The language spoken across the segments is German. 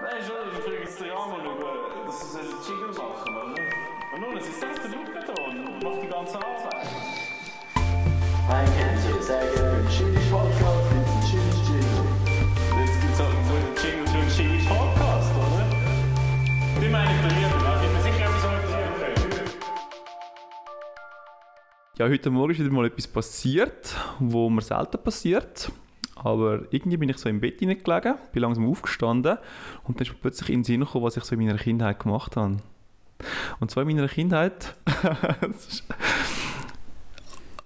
Nein, schon, ich bringe es dir an und schaue, dass es einen Jingle machen, oder? Und nun, es ist selbst der Luke da und macht die ganze Arbeit. Ein Kenntnis, sehr gerne. Schönes Podcast mit einem schönen Jingle. Jetzt gibt es halt so einen Jingle für einen Jingle Podcast, oder? Die meine ich bei mir, da wird mir sicher etwas anderes einfallen. Ja, heute Morgen ist wieder mal etwas passiert, wo mir selten passiert. Aber irgendwie bin ich so im Bett hineingelegen, bin langsam aufgestanden und dann ist mir plötzlich in den Sinn gekommen, was ich so in meiner Kindheit gemacht habe. Und zwar in meiner Kindheit das ist-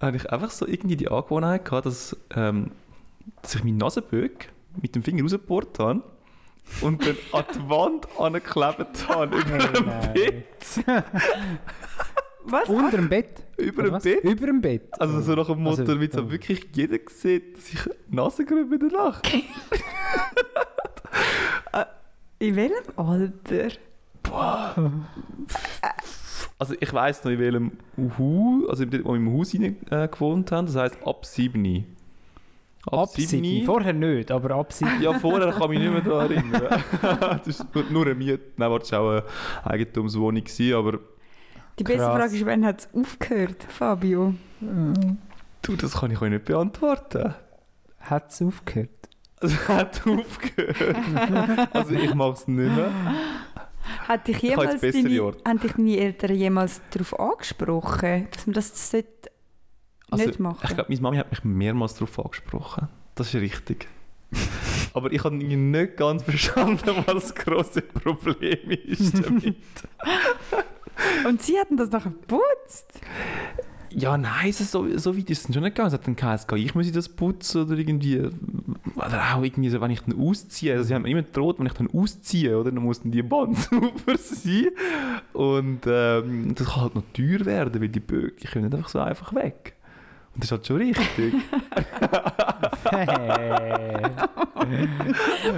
hatte ich einfach so irgendwie die Angewohnheit gehabt, dass, ähm, dass ich meinen Nasenböck mit dem Finger rausgebohrt habe und dann an die Wand angeklebt habe über dem nein. Bett. Unter dem Bett? Über Oder dem was? Bett? Über dem Bett. Also so nach dem Motto, Also, damit so oh. wirklich jeder sieht, dass ich Nasengrübe in der Nacht. In welchem Alter? Also ich weiss noch, in welchem Haus, also dort, wo wir im Haus rein, äh, gewohnt haben, das heisst ab 7. Ab Sydney. äh, Vorher nicht, aber ab Sydney. Ja, vorher kann ich mich nicht mehr daran erinnern. das war nur- nur eine Miete, nein, war das war auch eine Eigentumswohnung, gewesen, aber Die beste Krass. Frage ist, wann hat es aufgehört, Fabio? du, das kann ich euch nicht beantworten. Hat es aufgehört? Es hat aufgehört. also ich mache es nicht mehr. Hat dich habe jemals jetzt bessere deine, Orte. haben dich deine Eltern jemals darauf angesprochen, dass man das sollte Also, nicht machen Ich glaube, meine Mami hat mich mehrmals darauf angesprochen. Das ist richtig. Aber ich habe irgendwie nicht ganz verstanden, was das grosse Problem ist damit. Und sie hatten das nachher geputzt. ja, nein, es ist so, so weit ist es schon nicht gegangen. Es hat dann geheißen, ich muss das putzen oder irgendwie. Oder auch irgendwie, so, wenn ich dann ausziehe. Also, sie haben mir immer gedroht, wenn ich dann ausziehe, oder? Dann muss dann die Band sauber sein. Und ähm, das kann halt noch teuer werden, weil die Böcke können nicht einfach so einfach weg. Und das ist halt schon richtig.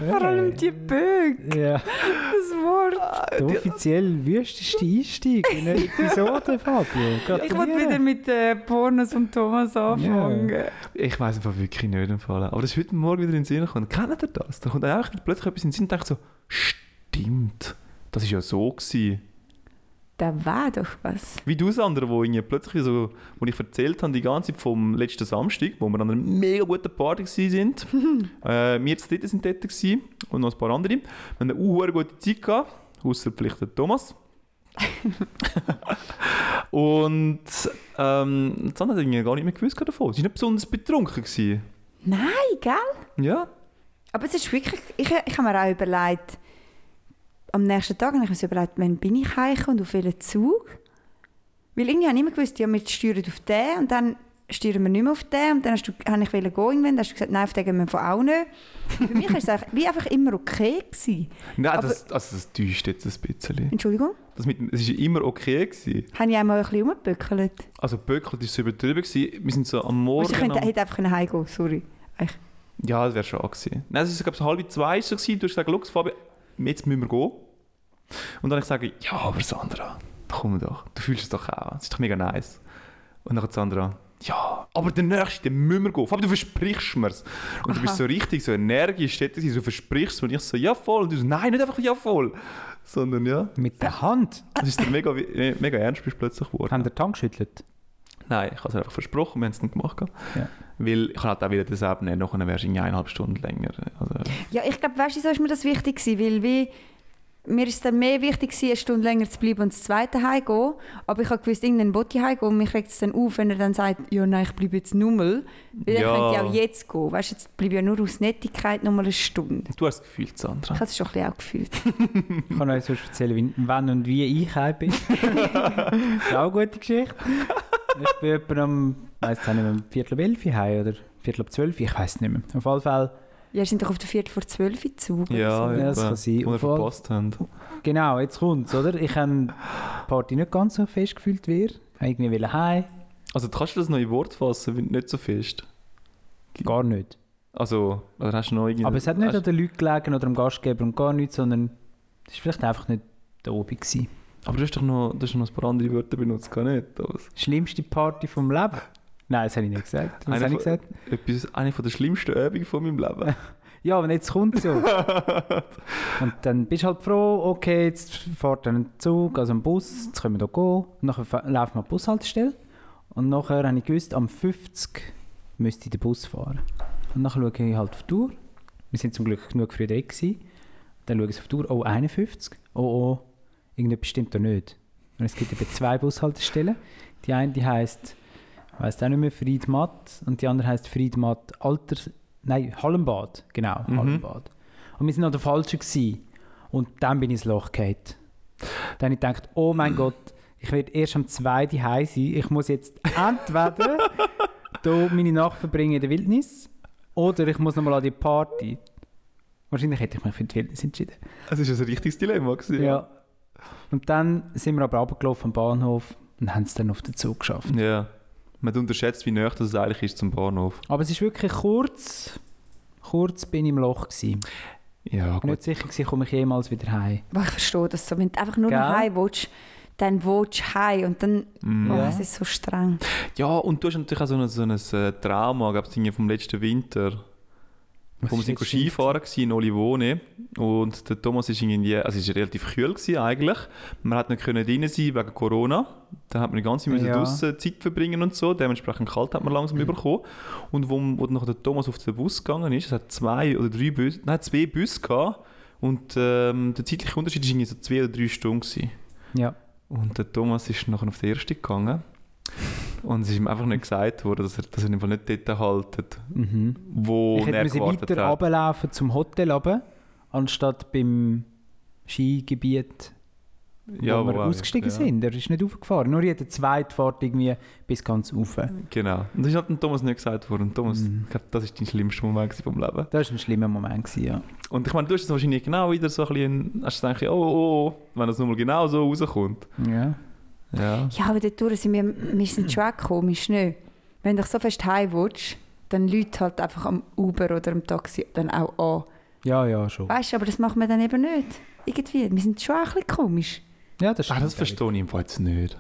Vor allem die Böcke, Ja, das Wort. der offiziell wüsteste Einstieg in eine Episode, Fabio. Ich wollte wieder mit äh, Pornos und Thomas anfangen. Ich weiß einfach wirklich nicht im Fall. Aber das ist heute Morgen wieder in den Sinn gekommen. Kennt ihr das? Da kommt einfach plötzlich etwas in den Sinn und denkt so, stimmt, das ist ja so gewesen. Da war doch was. Wie du, Sandra, wo irgendwie plötzlich so, wo ich erzählt habe, die ganze Zeit vom letzten Samstag, wo wir an einer mega guten Party gewesen sind. äh, wir zu dritt sind dort gewesen und noch ein paar andere. Wir haben eine uhr gute Zeit gehabt, außer vielleicht der Thomas. und ähm, Sandra hat irgendwie gar nicht mehr gewusst davon. Sie war nicht besonders betrunken. Gewesen. Nein, gell? Ja, Aber es ist wirklich, ich, ich habe mir auch überlegt, am nächsten Tag habe ich mir überlegt, wann bin ich heim und auf welchen Zug. Weil irgendwie habe ich immer gewusst, ja, wir steuern auf den und dann steuern wir nicht mehr auf den und dann hast du, habe ich wollte gehen irgendwann, dann hast du gesagt, nein, auf den gehen wir von auch nicht. Für mich war es einfach, wie einfach immer okay. Gewesen. Nein, Aber- das, also das täuscht jetzt ein bisschen. Entschuldigung, Das mit, es war immer okay. Gewesen. habe ich einmal ein bisschen rumgeböckelt. Also Böckel war so übertrieben. Gewesen. Wir sind so am Also Morgen... ich könnte, am, hätte einfach heimgehen können, sorry. Eigentlich. ja, das wäre schon an gewesen. Nein, es war glaube ich so halb zwei so gewesen. Du hast gesagt, «Schau, Fabi, jetzt müssen wir gehen. Und dann habe ich gesagt, ja, aber Sandra, komm doch. Du fühlst es doch auch. Es ist doch mega nice. Und dann hat Sandra, ja, aber der nächste, den müssen wir gehen. Fabi, du versprichst mir's. Und du bist so richtig so energisch, dort gewesen, so versprichst du. Und ich so, ja voll. Und du so, nein, nicht einfach ja voll. Sondern ja, Mit der Hand das ist dann mega, mega ernst bist du plötzlich geworden. haben der Tank geschüttelt. Nein, ich habe es einfach versprochen, wir haben es nicht gemacht. Ja. Weil ich kann halt auch wieder das abnehmen, nachher wärst du in eineinhalb Stunden länger. Also, Ja, ich glaube, weißt du, so ist mir das wichtig gewesen, weil wie, mir ist dann mehr wichtig gewesen, eine Stunde länger zu bleiben und das zweite heimgehen. Aber ich habe gewusst, irgendein Botti heimgehen und mich regt es dann auf, wenn er dann sagt, ja nein, ich bleibe jetzt nur mal. Weil Ja. ich könnte ja auch jetzt gehen. Weißt du, jetzt bleibe ich ja nur aus Nettigkeit noch mal eine Stunde. du hast das Gefühl, Sandra. Ich habe es schon ein bisschen auch gefühlt. Ich kann euch sonst erzählen, wie- wann und wie ich heim bin. das ist auch eine gute Geschichte. Ich bin etwa am, weiss ich nicht mehr, um Viertel ab elf heim oder Viertel ab zwölf, ich weiß nicht mehr. Auf alle Fälle, Ja, wir sind doch auf der Viertel vor zwölf in Zug. Ja, das eben. kann sein. Wo wir Auf alle- verpasst haben. genau, jetzt kommt's, oder? Ich habe die Party nicht ganz so fest gefühlt wie ihr. Ich wollte irgendwie heim, Also kannst du das noch in Wort fassen, wenn- nicht so fest? gar nicht. Also, oder hast du noch irgendwie... Aber es hat nicht an hast, den Leuten gelegen oder am Gastgeber und gar nichts, sondern es war vielleicht einfach nicht da oben. Gewesen. aber du hast doch noch, du hast noch ein paar andere Wörter benutzt, gar nicht. Thomas. Schlimmste Party vom Leben? Nein, das habe ich nicht gesagt. Was Eine habe ich von- gesagt? Etwas, eine von der schlimmsten Übungen von meinem Leben. ja, wenn jetzt kommt so. und dann bist du halt froh, okay, jetzt fährt ein Zug, also ein Bus, jetzt können wir hier gehen. Und nachher fa- läuft man an die Bushaltestelle. Und nachher habe ich gewusst, am 50 müsste ich den Bus fahren. Und nachher schaue ich halt auf die Uhr. Wir sind zum Glück genug früh dort gewesen. Dann schaue ich auf die Uhr, oh 51, oh oh, irgendetwas stimmt da nicht. Und es gibt eben zwei Bushaltestellen. Die eine die heisst, ich weiss auch nicht mehr, Friedmatt. Und die andere heisst Friedmatt Alter... Nein, Hallenbad. Genau, Mhm. Hallenbad. Und wir sind an der falschen gewesen. Und dann bin ich ins Loch gefallen. Dann habe ich gedacht, oh mein Gott, ich werde erst am 2. heim sein. Ich muss jetzt entweder hier meine Nacht verbringen in der Wildnis oder ich muss nochmal an die Party. Wahrscheinlich hätte ich mich für die Wildnis entschieden. Es ist ein richtiges Dilemma. Gewesen. Ja. Und dann sind wir aber runtergelaufen am Bahnhof und haben es dann auf den Zug geschafft. ja. Man unterschätzt, wie nah das es eigentlich ist zum Bahnhof. Aber es ist wirklich kurz, kurz bin ich im Loch gewesen. Ja, Ich war nicht sicher, gewesen, komme ich jemals wieder heim. Aber ich verstehe das so. Wenn du einfach nur Gell? nach Hause willst, dann willst du heim. Und dann, oh, Ja. es ist so streng. Ja, und du hast natürlich auch so ein, so ein äh, Trauma, glaube ich, vom letzten Winter. Wo wir sind Skifahren waren in Olivone und der Thomas ist irgendwie, also es war relativ kühl gewesen eigentlich. Man hat nicht können drin sein wegen Corona. Da hat man die ganze Zeit Ja. Mhm. draußen Zeit verbringen und so. Dementsprechend kalt hat man langsam bekommen. Und wo, wo noch der Thomas auf den Bus gegangen ist, es hat zwei oder drei Bus, nein, zwei Busse gehabt. Und ähm, der zeitliche Unterschied war irgendwie so zwei oder drei Stunden. Gewesen. Ja. Und der Thomas ist nachher auf den ersten gegangen. Und es ist ihm einfach nicht gesagt worden, dass er, dass er ihn nicht dort haltet, Mhm. wo ich hätte er müssen gewartet weiter hat. runterlaufen zum Hotel runter, anstatt beim Skigebiet, wo wir wow, ausgestiegen ja. sind. Er ist nicht aufgefahren. Nur jede zweite Fahrt irgendwie bis ganz rauf. Genau. Und das ist halt dem Thomas nicht gesagt worden. Und Thomas, Mhm. ich glaube, das ist dein schlimmster Moment gewesen vom Leben. Das war ein schlimmer Moment. Gewesen, ja. Und ich meine, du hast es wahrscheinlich genau wieder so ein bisschen, hast du gedacht, oh, oh, oh, wenn das nun mal genau so rauskommt. Ah, ja. Ja. Ja, aber dort sind wir, wir sind schon auch komisch, nicht? Wenn du so fest heim willst, dann Leute halt einfach am Uber oder am Taxi dann auch an. Ja, ja, schon. Weißt du, aber das machen wir dann eben nicht. Irgendwie, wir sind schon auch ein bisschen komisch. Ja, das Ah, stimmt. das verstehe ich im Fall jetzt nicht.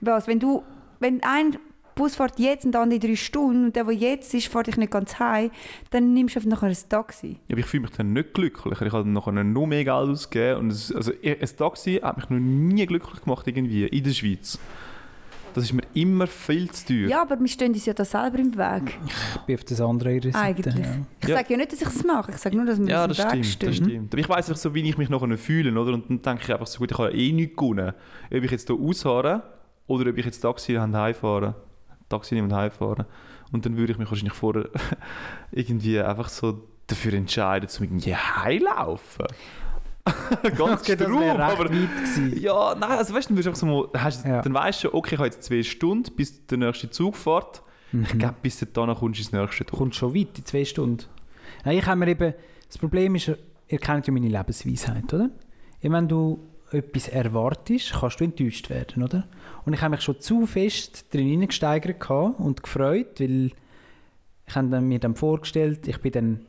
Was, wenn du, wenn ein Bus fährt jetzt und der andere drei Stunden und der, der jetzt ist, fährt dich nicht ganz heim, dann nimmst du einfach nachher ein Taxi. Ja, Aber ich fühle mich dann nicht glücklicher. Ich habe dann nachher noch mehr Geld ausgegeben. Und es, also, ich- ein Taxi hat mich noch nie glücklich gemacht irgendwie in der Schweiz. Das ist mir immer viel zu teuer. Ja, aber wir stehen uns ja da selber im Weg. Ich bin auf das andere ihrer Seite. Eigentlich. Ja. Ich Ja. sage ja nicht, dass ich es mache, ich sage nur, dass wir Ja, uns das im Weg stimmt, das stehen. stimmt. Aber ich weiß nicht so, wie ich mich nachher fühle, oder? Und dann denke ich einfach so gut, ich habe ja eh nichts gewonnen. Ob ich jetzt hier ausharre oder ob ich jetzt Taxi und heimfahre. Taxi nehmen und heimfahren. Und dann würde ich mich wahrscheinlich vorher irgendwie einfach so dafür entscheiden, zum irgendwie heimlaufen. Ganz Okay, das strub, wäre recht aber... weit gewesen. Ja, nein, also weißt du, dann, würdest du einfach so mal, dann hast, du- Ja. dann weißt du, okay, ich habe jetzt zwei Stunden, bis der nächste Zug fährt. Ich glaube, bis du dann kommst, ins nächste Du Zug. Mhm. kommst schon weit, in zwei Stunden. Nein, ich habe mir eben, das Problem ist, ihr kennt ja meine Lebensweisheit, oder? Ja, Wenn du etwas erwartest, kannst du enttäuscht werden, oder? Und ich habe mich schon zu fest drin hineingesteigert gehabt und gefreut, weil ich habe dann mir dann vorgestellt, ich bin dann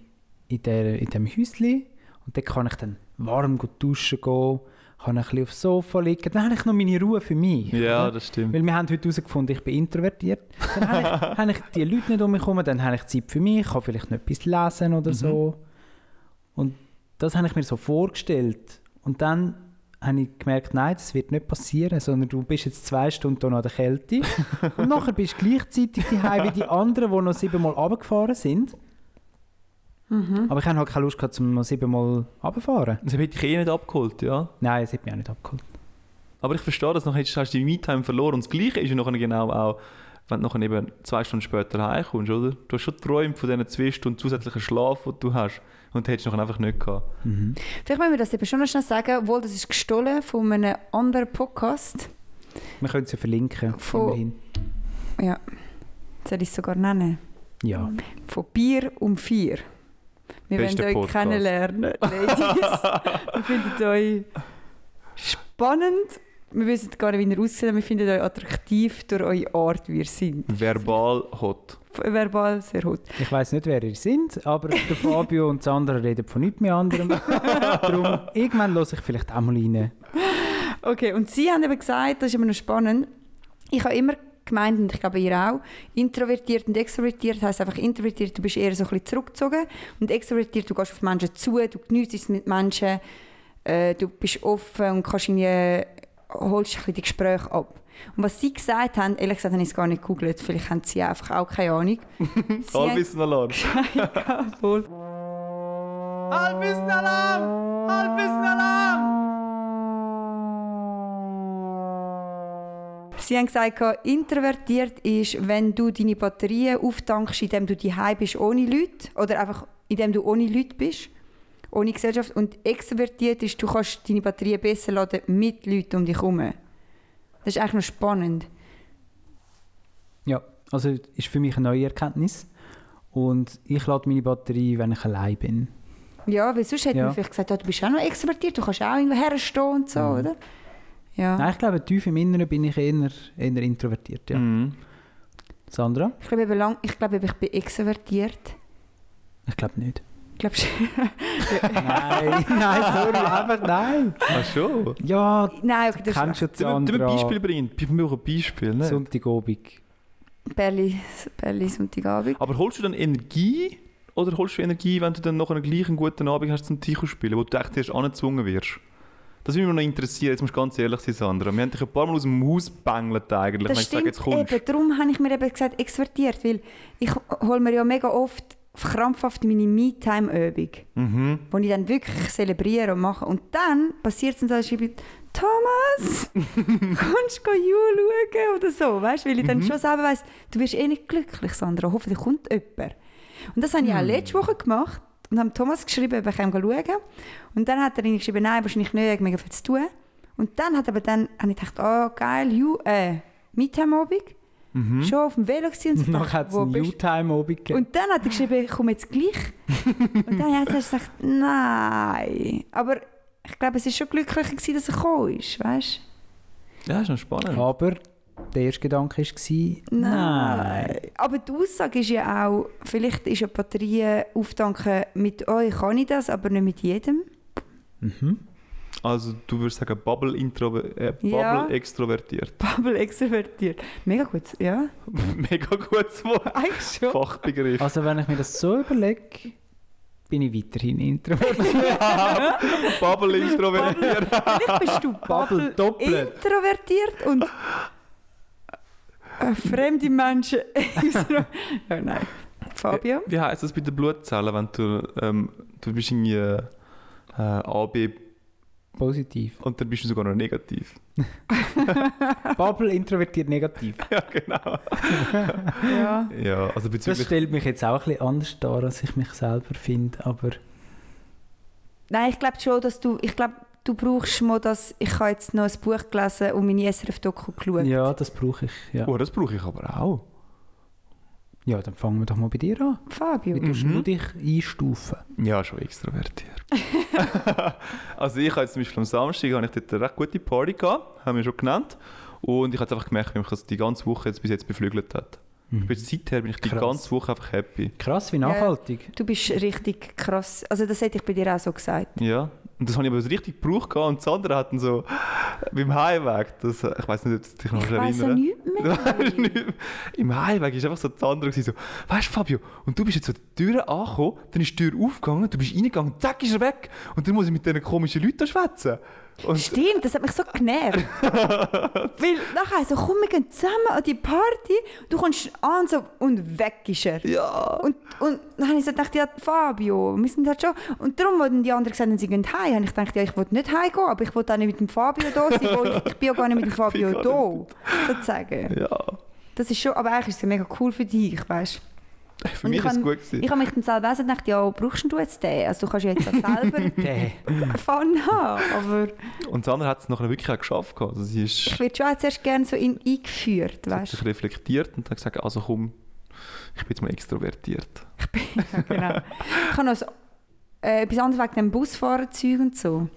in, der, in dem Häuschen und dann kann ich dann warm gut duschen gehen, kann ein bisschen aufs Sofa liegen, dann habe ich noch meine Ruhe für mich. Ja, oder? das stimmt. Weil wir haben heute herausgefunden, ich bin introvertiert. Dann habe ich, habe ich die Leute nicht um mich herum, dann habe ich Zeit für mich, kann vielleicht noch etwas lesen oder so. Und das habe ich mir so vorgestellt. Und dann habe ich gemerkt, nein, das wird nicht passieren, sondern du bist jetzt zwei Stunden hier an der Kälte und nachher bist du gleichzeitig daheim wie die anderen, die noch siebenmal runtergefahren sind. Aber ich habe halt keine Lust gehabt, um noch siebenmal runterzufahren. Das hätte ich eh nicht abgeholt, ja. Nein, es hat mich auch nicht abgeholt. Aber ich verstehe das, nachher hast hast du die Me-Time verloren. Und das Gleiche ist ja nachher genau auch, wenn du nachher eben zwei Stunden später heimkommst, oder? Du hast schon geträumt von diesen zwei Stunden zusätzlichen Schlaf, den du hast. Und den hättest du nachher einfach nicht gehabt. Vielleicht müssen wir das eben schon noch schnell sagen, obwohl das ist gestohlen von einem anderen Podcast. Wir können es ja verlinken. Von- immerhin. Soll ich es sogar nennen? Ja. Von Bier um vier. Wir Bester wollen euch Podcast. kennenlernen, Ladies. wir finden euch spannend. Wir wissen gar nicht, wie ihr aussieht, aber wir finden euch attraktiv durch eure Art, wie ihr seid. Verbal hot. Verbal sehr gut. Ich weiß nicht, wer ihr sind, aber der Fabio und Sandra reden von nichts mehr anderem. Darum, irgendwann höre ich vielleicht auch mal rein. Okay, und Sie haben eben gesagt, das ist immer noch spannend, ich habe immer gemeint und ich glaube ihr auch. Introvertiert und extrovertiert heißt einfach introvertiert, du bist eher so ein bisschen zurückgezogen und extrovertiert, du gehst auf Menschen zu, du geniesst es mit Menschen, äh, du bist offen und kannst irgendwie, holst ein bisschen die Gespräche ab. Und was sie gesagt haben, ehrlich gesagt habe ich es gar nicht gegoogelt, vielleicht haben sie einfach auch keine Ahnung. Sie haben- Allwissenalarm. Wohl. Halbwissenalarm! Halbwissenalarm! Sie haben gesagt, introvertiert ist, wenn du deine Batterien auftankst, indem du daheim bist ohne Leute oder einfach indem du ohne Leute bist, ohne Gesellschaft. Und extrovertiert ist, du kannst deine Batterien besser laden mit Leuten um dich herum. Das ist eigentlich noch spannend. Ja, also ist für mich eine neue Erkenntnis. Und ich lade meine Batterie, wenn ich allein bin. Ja, weil sonst hätte Ja. man vielleicht gesagt, ja, du bist auch noch extrovertiert, du kannst auch irgendwo herstehen und so, Mhm. oder? Ja. Nein, ich glaube, tief im Inneren bin ich eher, eher introvertiert. Ja. Mhm. Sandra? Ich glaube, eben lang, ich, glaube, eben, ich bin extrovertiert. Ich glaube nicht. Glaubst du? nein, nein, sorry, einfach nein. Ah, schon? Ja, Nein, okay, du das ist kennst schon die Du musst ein Sandra. Beispiel bringen. Wir brauchen ein Beispiel. Ne? Sonntagabend. Berli, Berli Sonntagabend. Aber holst du dann Energie? Oder holst du Energie, wenn du dann nachher gleich einen guten Abend hast zum Ticho spielen, wo du echt erst angezwungen wirst? Das würde mich noch interessieren, jetzt musst du ganz ehrlich sein, Sandra. Wir haben dich ein paar Mal aus dem Haus bängelt eigentlich. Wir haben Das gesagt, stimmt jetzt kommst eben, darum habe ich mir eben gesagt, exvertiert, weil ich hole mir ja mega oft krampfhaft meine Me-Time-Übung, du. Mhm. wo ich dann wirklich zelebriere und mache. Und dann passiert es und dann schreibe ich, Thomas, kannst du Ju schauen oder so, weißt du, weil ich Mhm. dann schon selber weiss, du wirst eh nicht glücklich, Sandra, hoffentlich kommt jemand. Und das habe Hm. ich auch letzte Woche gemacht und habe Thomas geschrieben, ob ich ihm schauen Und dann hat er ihm geschrieben, nein, wahrscheinlich nicht, ich habe mega viel zu tun. Und dann hat aber dann, habe ich gedacht, oh geil, Ju, äh, Mittagabend, schon auf dem Velo gewesen. Und, so Nachher gedacht, hat es wo Mhm. einen bist- U-Time-Abend gegeben. und dann hat er geschrieben, ich komme jetzt gleich. und dann hat er gesagt, nein. Aber ich glaube, es war schon glücklicher, gewesen, dass er gekommen ist, weißt du? Ja, ist noch spannend. Aber der erste Gedanke war, nein. Nein. Aber die Aussage ist ja auch, vielleicht ist ja die Batterie auftanken mit euch, kann ich das, aber nicht mit jedem. Mhm. Also du würdest sagen Bubble, Intro, äh, Bubble Ja. extrovertiert. Bubble extrovertiert. Mega gut, ja. Mega gutes Wort. Eigentlich schon. Fachbegriff. Also wenn ich mir das so überlege, bin ich weiterhin introvertiert. Bubble introvertiert. Vielleicht bist du Bubble Bubble doppelt. introvertiert und äh, fremde Menschen extro... ja, nein. Oh, Fabio? Wie heisst das bei den Blutzellen, wenn du, ähm, du bist irgendwie äh, AB Positiv. und dann bist du sogar noch negativ. Bubble introvertiert negativ. ja, genau. Ja. Ja, also Das bezüglich... stellt mich jetzt auch ein bisschen anders dar, als ich mich selber finde, aber Nein, ich glaube schon, dass du... Ich glaube, du brauchst mal das... Ich habe jetzt noch ein Buch gelesen und meine SRF-Doku geschaut. ja, das brauche ich. Ja. Oh, das brauche ich aber auch. ja, dann fangen wir doch mal bei dir an. Fabio? Wie tust Mhm. du dich einstufen? Ja, schon extrovertiert. also ich habe jetzt zum Beispiel am Samstag habe ich dort eine recht gute Party gehabt, haben wir schon genannt. Und ich habe jetzt einfach gemerkt, wie mich das die ganze Woche jetzt bis jetzt beflügelt hat. Ich bin seither bin ich die Krass. ganze Woche einfach happy. Krass, wie nachhaltig. Du bist richtig krass. Also das hätte ich bei dir auch so gesagt. Ja. Und das habe ich aber so richtig gebraucht gehabt. und Sandra hat dann so beim Heimweg, das, ich weiß nicht, ob du dich noch Ich weiss ja erinnern nichts mehr. Im Heimweg ist einfach so die Sandra gewesen, so, weißt du Fabio, und du bist jetzt so die Tür angekommen, dann ist die Tür aufgegangen, du bist reingegangen, zack ist er weg und dann muss ich mit diesen komischen Leuten da schwätzen. Und Stimmt, das hat mich so genervt. Weil nachher so, komm, wir gehen zusammen an die Party. Du kommst an so, und weg ist er. ja, Und, und dann habe ich so gedacht, ja, Fabio, wir sind halt schon... Und darum, als dann die anderen gesagt haben, sie gehen heim, habe ich gedacht, ja, ich will nicht heimgehen, aber ich will auch nicht mit dem Fabio da sein, wo ich, ich bin ja gar nicht mit dem Fabio gar da, sozusagen. ja, Das ist schon, aber eigentlich ist es ja mega cool für dich, weißt du. für Und mich ich ist es hab- gut gewesen. Ich habe mich dann selber auch so gedacht, ja, brauchst denn du jetzt den? Also du kannst ja jetzt auch selber Däh. Fun haben, aber Und Sandra hat es nachher wirklich auch geschafft. gehabt. Also sie ist, ich werde schon auch zuerst gerne so in, eingeführt, hat weißt du. sich reflektiert und hat gesagt, also komm, ich bin jetzt mal extrovertiert. Ja, genau. Ich habe noch so, äh, etwas anderes wegen dem Busfahrerzeug und so.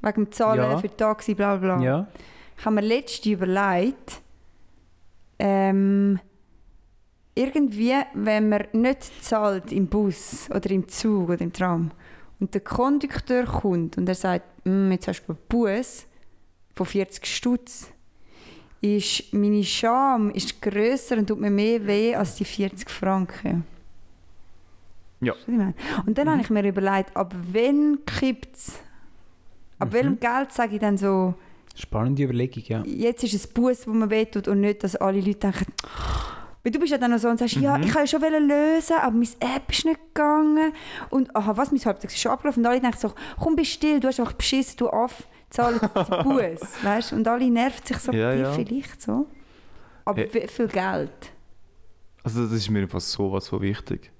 Wegen dem Zahlen Ja. für Taxi, bla bla. bla. Ja. Ich habe mir letztens überlegt, ähm, irgendwie, wenn man nicht zahlt im Bus oder im Zug oder im Tram und der Kondukteur kommt und er sagt, «Mm, jetzt hast du einen Bus von 40 Stutz, ist meine Scham ist grösser und tut mir mehr weh als die 40 Franken. Ja. Weisst du, was ich meine? Und dann habe ich mir überlegt, ab wann kippt es? Ab Mhm. welchem Geld sage ich dann so, Spannende Überlegung, ja. jetzt ist es Buß, wo man wehtut und nicht, dass alle Leute denken, weil du bist ja dann noch so und sagst, ja, Mhm. ich kann ja schon wollen lösen, aber meine App ist nicht gegangen. Und aha, was, mein Halbtag ist schon abgelaufen. Und alle denken so, komm, bist still, du hast einfach beschissen, du auf, zahle den Buß. weißt? Und alle nerven sich so, Ja, wie ja. vielleicht so. Aber Hey. wie viel Geld? Also das ist mir einfach sowas von wichtig.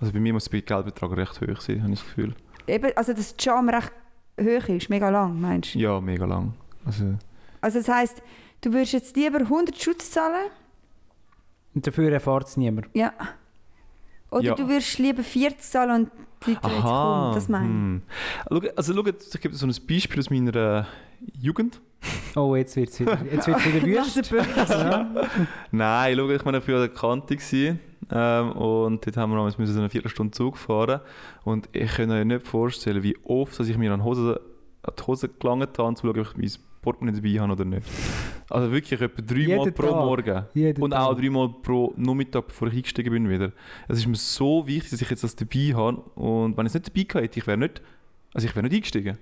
Also bei mir muss der Geldbetrag recht hoch sein, habe ich das Gefühl. Eben, also dass die Scham recht hoch ist, mega lang, meinst du? Ja, mega lang. Also, Also das heisst, du würdest jetzt lieber 100 Schutz zahlen, Und dafür erfahrt es niemand. ja. Oder Ja. du würdest lieber 40 zahlen und die Leute würden jetzt aha. kommen, das meine ich. hm. Schau, Also schau, jetzt, ich gebe dir so ein Beispiel aus meiner äh, Jugend. Oh, jetzt wird es wieder, jetzt wird's wieder wüst. ja. Nein, schau, ich meine, ich war an der Kante gewesen, ähm, und dort haben wir damals müssen so eine Viertelstunde Zug fahren und ich kann mir nicht vorstellen, wie oft dass ich mir an, die Hose, an die Hose gelangt habe, um zu schauen, ob ich mein Portemonnaie dabei habe oder nicht. Also wirklich etwa dreimal Jeden pro Tag. Morgen. Jeden Und Tag. auch dreimal pro Nachmittag, bevor ich eingestiegen bin wieder. Es ist mir so wichtig, dass ich jetzt das dabei habe und wenn ich es nicht dabei gehabt hätte, ich wäre nicht, also ich wäre nicht eingestiegen.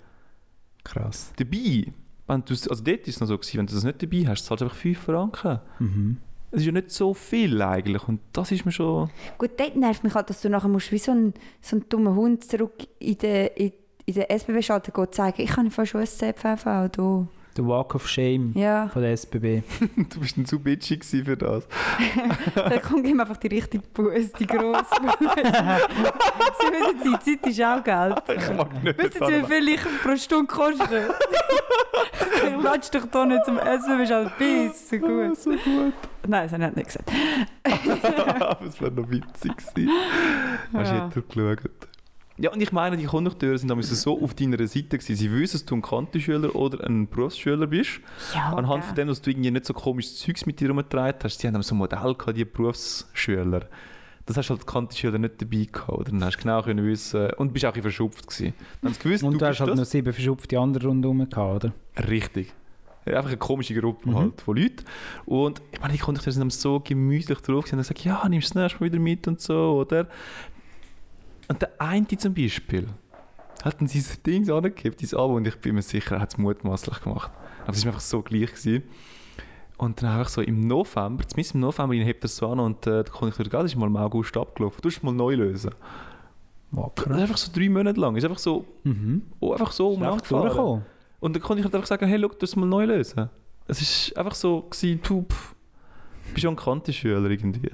Krass. Dabei, wenn du, es- also dort war es noch so, gewesen, wenn du das nicht dabei hast, zahlst du einfach 5 Franken. Mhm. Es ist ja nicht so viel eigentlich und das ist mir schon... Gut, dort nervt mich halt, dass du nachher musst, wie so ein, so ein dummer Hund zurück in den, in, in den SBB-Schalter gehen und sagen, ich kann fast schon ein ZPV da. Der Walk of Shame Ja, von der SBB. du bist ein zu bitchy gewesen für das. dann kommt ihm einfach die richtige Buß, die grosse Buß. Sie wissen, die Zeit ist auch Geld. Ich mag nicht Wissen Sie, wie viel ich pro Stunde koste? ich latsch dich doch nicht zum SBB-Schalter. Bis, so halt gut. So gut. Nein, das hat er nicht gesagt. Aber es wäre noch witzig gewesen. Hast du Ja. hätte geschaut. Ja, und ich meine, die Kondukteure sind damals so auf deiner Seite gewesen. Sie wissen, dass du ein Kantenschüler oder ein Berufsschüler bist. Ja, Anhand ja. von dem, dass du irgendwie nicht so komisches Zeugs mit dir herumgetragen hast. Sie haben dann so ein Modell gehabt, die Berufsschüler. Das hast du halt Kantenschüler nicht dabei gehabt. Oder? Dann hast du genau können wissen und du bist auch ein bisschen verschupft gewesen. Dann haben sie gewusst, Und du du hast bist halt das. noch sieben verschupfte andere rundherum gehabt, oder? Richtig. Ja, Einfach eine komische Gruppe Mhm. halt von Leuten. Und ich meine, die Kondukteure sind am so gemütlich drauf gewesen und haben gesagt, ja, nimmst du das nächste Mal wieder mit und so, oder? Und der eine zum Beispiel hat dann sein Ding angehebt, sein Abo, und ich bin mir sicher, er hat es mutmaßlich gemacht. Aber es war mir einfach so gleich. Gewesen. Und dann einfach so im November, zumindest im November, ihn hebt er so an und äh, der Kondukteur, «Gell, das ist mal im August abgelaufen, du musst mal neu lösen. Das ist Wacker. einfach so drei Monate lang, ist einfach so, Mhm. oh, einfach so Ist einfach umgefahren. durchgekommen. Und dann konnte ich halt einfach sagen, hey, schau, das mal neu lösen. Es war einfach so, gewesen, du pff, bist ja ein Kantenschüler irgendwie.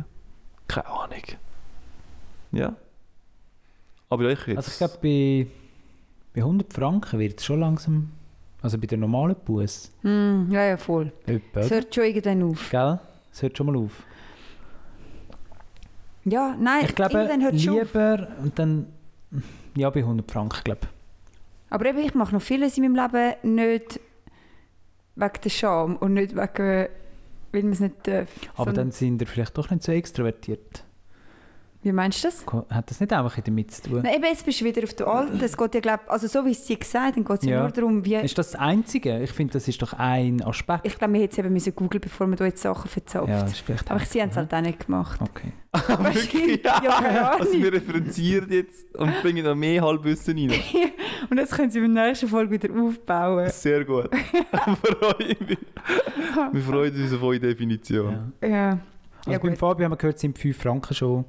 Keine Ahnung. Ja. Aber ja, ich jetzt. Also ich glaube, bei, bei 100 Franken wird es schon langsam... Also bei der normalen Bus. Hm, ja, ja, voll. Etwa, Es oder? hört schon irgendwann auf. Gell? Es hört schon mal auf. Ja, nein, Ich glaube, irgendwann hört es schon auf. lieber... Und dann... Ja, bei 100 Franken, glaube Aber eben, ich mache noch vieles in meinem Leben nicht wegen der Scham und nicht wegen, weil man es nicht darf. Aber Sondern- dann sind ihr vielleicht doch nicht so extrovertiert. Wie meinst du das? Ko- Hat das nicht einfach in damit zu tun? Nein, eben, jetzt bist du wieder auf der Alten. Es geht ja, glaub, also so wie es sie gesagt dann geht es ja. Ja. nur darum, wie... Ist das das Einzige? Ich finde, das ist doch ein Aspekt. Ich glaube, wir hätten es eben müssen googeln, bevor man da jetzt Sachen verzapft. ja, ist vielleicht Aber sie haben es halt auch nicht gemacht. Okay. Wahrscheinlich. Ja, keine Ahnung. Also wir referenzieren jetzt und bringen noch mehr Halbwissen rein. Und das können sie in der nächsten Folge wieder aufbauen. Sehr gut. Freuen wir wir freuen uns auf eure Definition. Ja. Ja. Also Ja, beim gut. Fabio haben wir gehört, sind 5 Franken schon,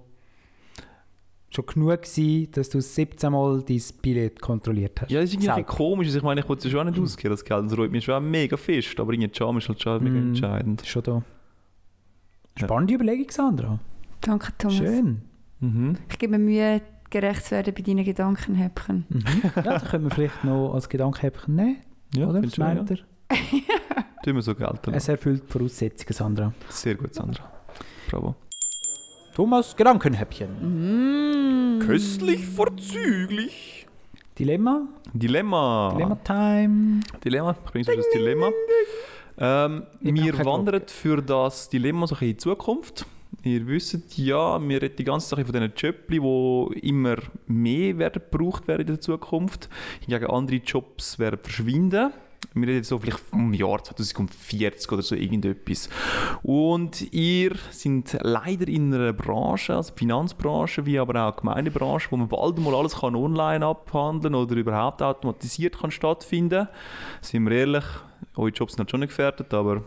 schon genug gewesen, dass du 17 Mal dein Billett kontrolliert hast. Ja, das ist irgendwie ein Selten. bisschen komisch. Also Ich meine, ich wollte es ja schon nicht ausgeben, das Geld. Das reut mich schon mega fest. Aber irgendwie die Charme ist halt schon mega Mm. entscheidend. Das ist schon da. Ja. Spannende Überlegung, Sandra. Danke, Thomas. Schön. Mhm. Ich gebe mir Mühe, gerecht zu werden bei deinen Gedankenhäppchen. Mhm. ja, das können wir vielleicht noch als Gedankenhäppchen nehmen, Ja, oder? finde Was schon, ja. meint ihr? Tun wir so gelten. Es erfüllt die Voraussetzungen, Sandra. Sehr gut, Sandra. Bravo. Thomas, Gedankenhäppchen. Mhm. Mm. Köstlich vorzüglich. Dilemma? Dilemma. Dilemma-Time. Dilemma. Ich bringe das Dilemma. Ähm, Ich hab wir keinen wandern für das Dilemma so ein bisschen in die Zukunft. Ihr wisst ja, wir reden die ganze Sache von diesen Jobs, die immer mehr werden gebraucht werden in der Zukunft. Hingegen andere Jobs werden verschwinden. Wir reden jetzt so vielleicht im Jahr 2040 oder so irgendetwas. Und ihr seid leider in einer Branche, also die Finanzbranche, wie aber auch die Gemeindebranche, wo man bald mal alles kann online abhandeln oder überhaupt automatisiert kann stattfinden. Sind wir ehrlich, eure Jobs sind halt schon nicht gefährdet, aber wir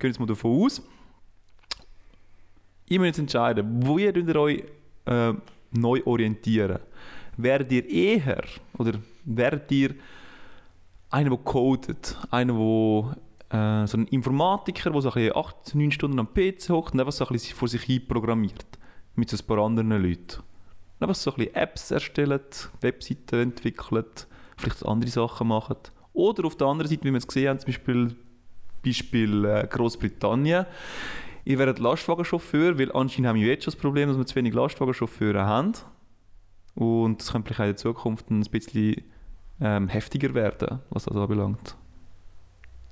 gehen jetzt mal davon aus. Ihr müsst jetzt entscheiden, wo ihr könnt ihr euch äh, neu orientieren. Werdet ihr eher oder werdet ihr einer, der codet, einer, der äh, so ein Informatiker, der so ein bisschen 8, 9 Stunden am PC hockt und einfach so ein bisschen vor sich hin programmiert. Mit so ein paar anderen Leuten. Und einfach so ein bisschen Apps erstellt, Webseiten entwickelt, vielleicht andere Sachen macht. Oder auf der anderen Seite, wie wir es gesehen haben, zum Beispiel, Beispiel äh, Großbritannien. Ihr werdet Lastwagenchauffeur, weil anscheinend haben wir jetzt schon das Problem, dass wir zu wenig Lastwagenchauffeure haben. Und das könnte vielleicht auch in der Zukunft ein bisschen ähm, heftiger werden, was das anbelangt.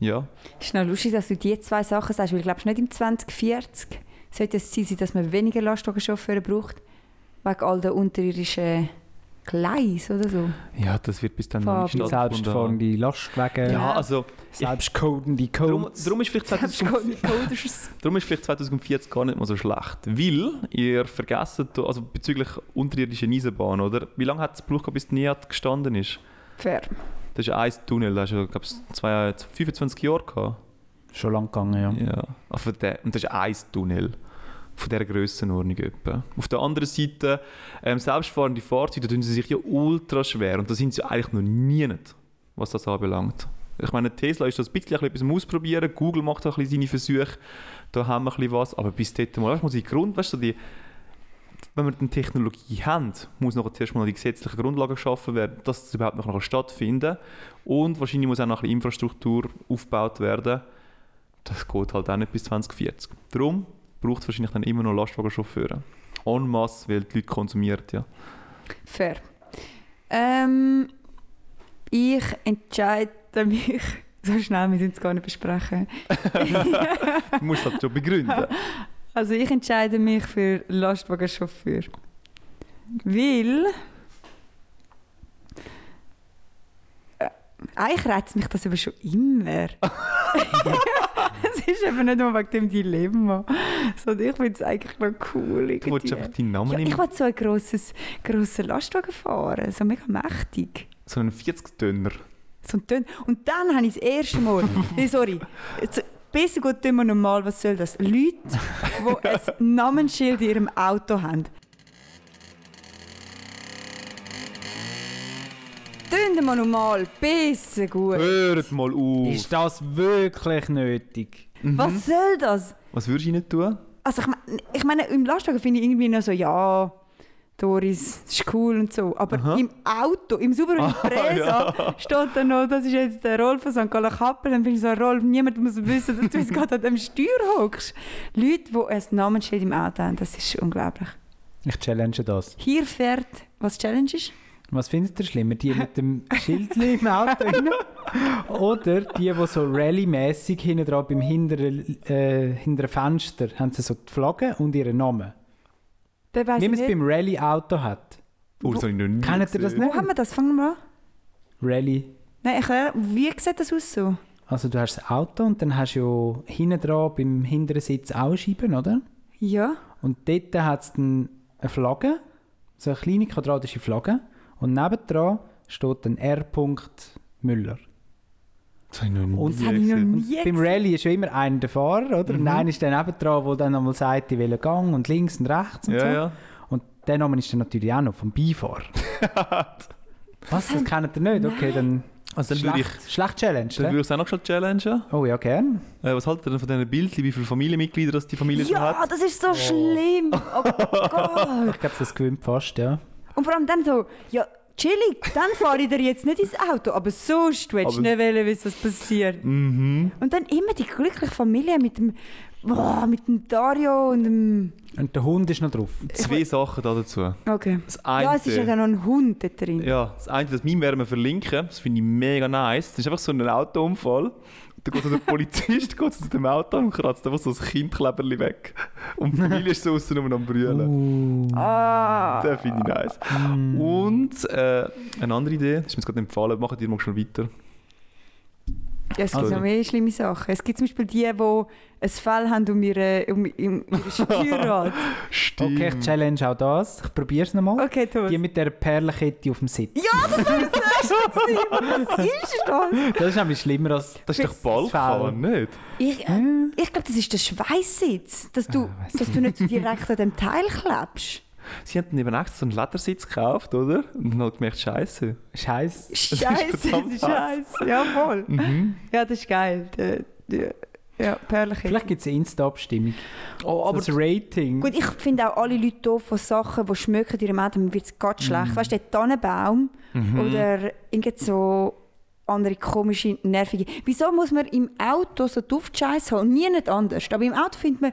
Ja, Ist noch lustig, dass du die zwei Sachen sagst, weil ich glaube, nicht im 2040 sollte es sein, dass man weniger Lastwagenchauffeure braucht, wegen all der unterirdischen Gleis oder so. ja das wird bis dann Fabi. nicht stattfinden. Selbstfahrende Lastwagen, Ja, also selbstcodende darum, Codes. darum, ist vielleicht 2000, Coders. darum ist vielleicht 2040 gar nicht mal so schlecht, weil ihr vergessen, also bezüglich unterirdischer Eisenbahn, oder? Wie lange hat es gebraucht, gehabt, bis die NIAT gestanden ist? Fair. Das ist ein Tunnel, da hast du, glaube ich, zwei- 25 Jahre gehabt. Schon lang gegangen, ja. Ja. Ah, von der, und das ist ein Tunnel. Von dieser Grössenordnung etwa. Auf der anderen Seite, ähm, selbstfahrende Fahrzeuge, da tun sie sich ja ultra schwer. Und da sind sie eigentlich noch nie, nicht, was das anbelangt. Ich meine, Tesla ist das ein bisschen etwas am Ausprobieren. Google macht auch ein bisschen seine Versuche. Da haben wir ein bisschen was. Aber bis dort mal, weißt, muss die Grund, weißt du, die, wenn wir die Technologie haben, muss noch zuerst mal die gesetzliche Grundlage geschaffen werden, dass das überhaupt noch stattfinden kann. Und wahrscheinlich muss auch noch ein bisschen Infrastruktur aufgebaut werden das geht halt auch nicht bis 2040. Darum braucht es wahrscheinlich dann immer noch Lastwagenchauffeure. En masse, weil die Leute konsumieren, ja. Fair. Ähm, ich entscheide mich. So schnell, wir sind es gar nicht besprechen. Du musst halt das schon begründen. Also ich entscheide mich für Lastwagenchauffeur. Weil... Äh, Eigentlich reizt mich das aber schon immer. Es ist eben nicht nur wegen dem Dilemma, sondern ich finde es eigentlich noch cool. Du willst einfach irgendwie. deinen Namen Ja, nehmen. ich will so einen grossen Lastwagen fahren, so mega mächtig. So einen 40-Döner. So ein Tön. Und dann habe ich das erste Mal. nee, sorry. Jetzt, besser gut tun wir normal, was soll das? Leute, die ein Namensschild in ihrem Auto haben. Tun wir normal, besser gut. Hört mal auf! Ist das wirklich nötig? Was soll das? Was würdest du nicht tun? Also ich, mein, ich meine, im Lastwagen finde ich irgendwie noch so, ja, Doris, das ist cool und so. Aber Aha. im Auto, im Subaru Impreza, steht da noch, das ist jetzt der Rolf von St. Gallen Kappel. Dann bin ich so, Rolf, niemand muss wissen, dass du jetzt gerade an dem Steuer hockst. Leute, die ein Namensschild im Auto haben, das ist unglaublich. Ich challenge das. Hier fährt, was die Challenge ist? Was findet ihr schlimmer? Die mit dem Schild im Auto rein? Oder die, die so rallye-mässig hinten dran beim hinteren, äh, hinteren Fenster haben sie so die Flagge und ihren Namen. Der weiss Wie ich man es nicht. beim Rallye-Auto hat. Oh, das habe ich noch nie Kennt ihr das gesehen. nicht? Wo haben wir das? Fangen wir an. Rallye. Nein, erklär, wie sieht das aus so? Also du hast das Auto und dann hast du ja hinten dran beim hinteren Sitz auch Scheiben, oder? Ja. Und dort hat es dann eine Flagge, so eine kleine quadratische Flagge. Und nebendran steht ein R. Müller. Das habe ich noch nie Und Das habe ich noch gesehen. nie Beim Rallye ist ja immer einer der Fahrer, oder? Und einer ist dann nebendran, der dann einmal sagt, ich will einen Gang und links und rechts und so. Ja, ja. Und der Name ist dann natürlich auch noch vom Beifahrer. Was? Das kennt ihr nicht? Okay, dann. Also dann schlecht, würde ich schlecht Challenge, dann würde ne? ich es auch noch schnell challengen. Oh ja, gern. Äh, was haltet ihr denn von diesen Bildchen? Wie viele Familienmitglieder das die Familie schon Ja, hat? das ist so schlimm. Oh Gott. Ich glaube, das gewinnt fast, ja. Und vor allem dann so, ja, chillig, dann fahre ich dir jetzt nicht ins Auto, aber sonst willst du Aber- nicht wollen, wissen, was passiert. Mhm. Und dann immer die glückliche Familie mit dem, boah, mit dem Dario und dem... Und der Hund ist noch drauf. Zwei Sachen da dazu. Okay. Das eine. Ja, es ist ja dann noch ein Hund da drin. Ja, das eine, das Meme werden wir verlinken. Das finde ich mega nice. Das ist einfach so ein Autounfall. Da geht so der Polizist geht so zu dem Auto und kratzt einfach so das Kindkleberli weg. Und die Familie ist so außen nur noch am Brüllen. Uh, Ah. Das finde ich nice. Mm. Und äh, eine andere Idee, das ist mir jetzt gerade empfohlen, machen die mal schon weiter. Ja, es gibt Also. noch mehr schlimme Sachen. Es gibt zum Beispiel die, die ein Fell haben um ihre, um, um, ihre Steuerrad. Stimmt. Okay, ich challenge auch das. Ich probiere es nochmal. Okay, Thomas. Die mit der Perlenkette auf dem Sitz. Ja, das war das Erste. gewesen. Was ist das? Das ist nämlich schlimmer als Das ist doch Balkan, nicht? Ich, äh, ich glaube, das ist der Schweißsitz, dass du, Ah, weiss dass du nicht so direkt an dem Teil klebst. Sie haben eben extra so einen Ledersitz gekauft, oder? Und dann hat gemerkt, scheiße. Scheiße. Scheiße, das verdammt Mhm. ist heiß. scheiße. Ja, voll. Ja, das ist geil. Der- der- Ja, Perlenkette. Vielleicht gibt es eine Insta-Abstimmung. Oh, Aber das Rating. Gut, ich finde auch alle Leute doof von Sachen, die schmecken, die Mädchen wird es Mhm. ganz schlecht. Weißt du, der Tannenbaum oder irgend so andere komische, nervige. Wieso muss man im Auto so Duftscheiß haben und nie nicht anders? Aber im Auto findet man,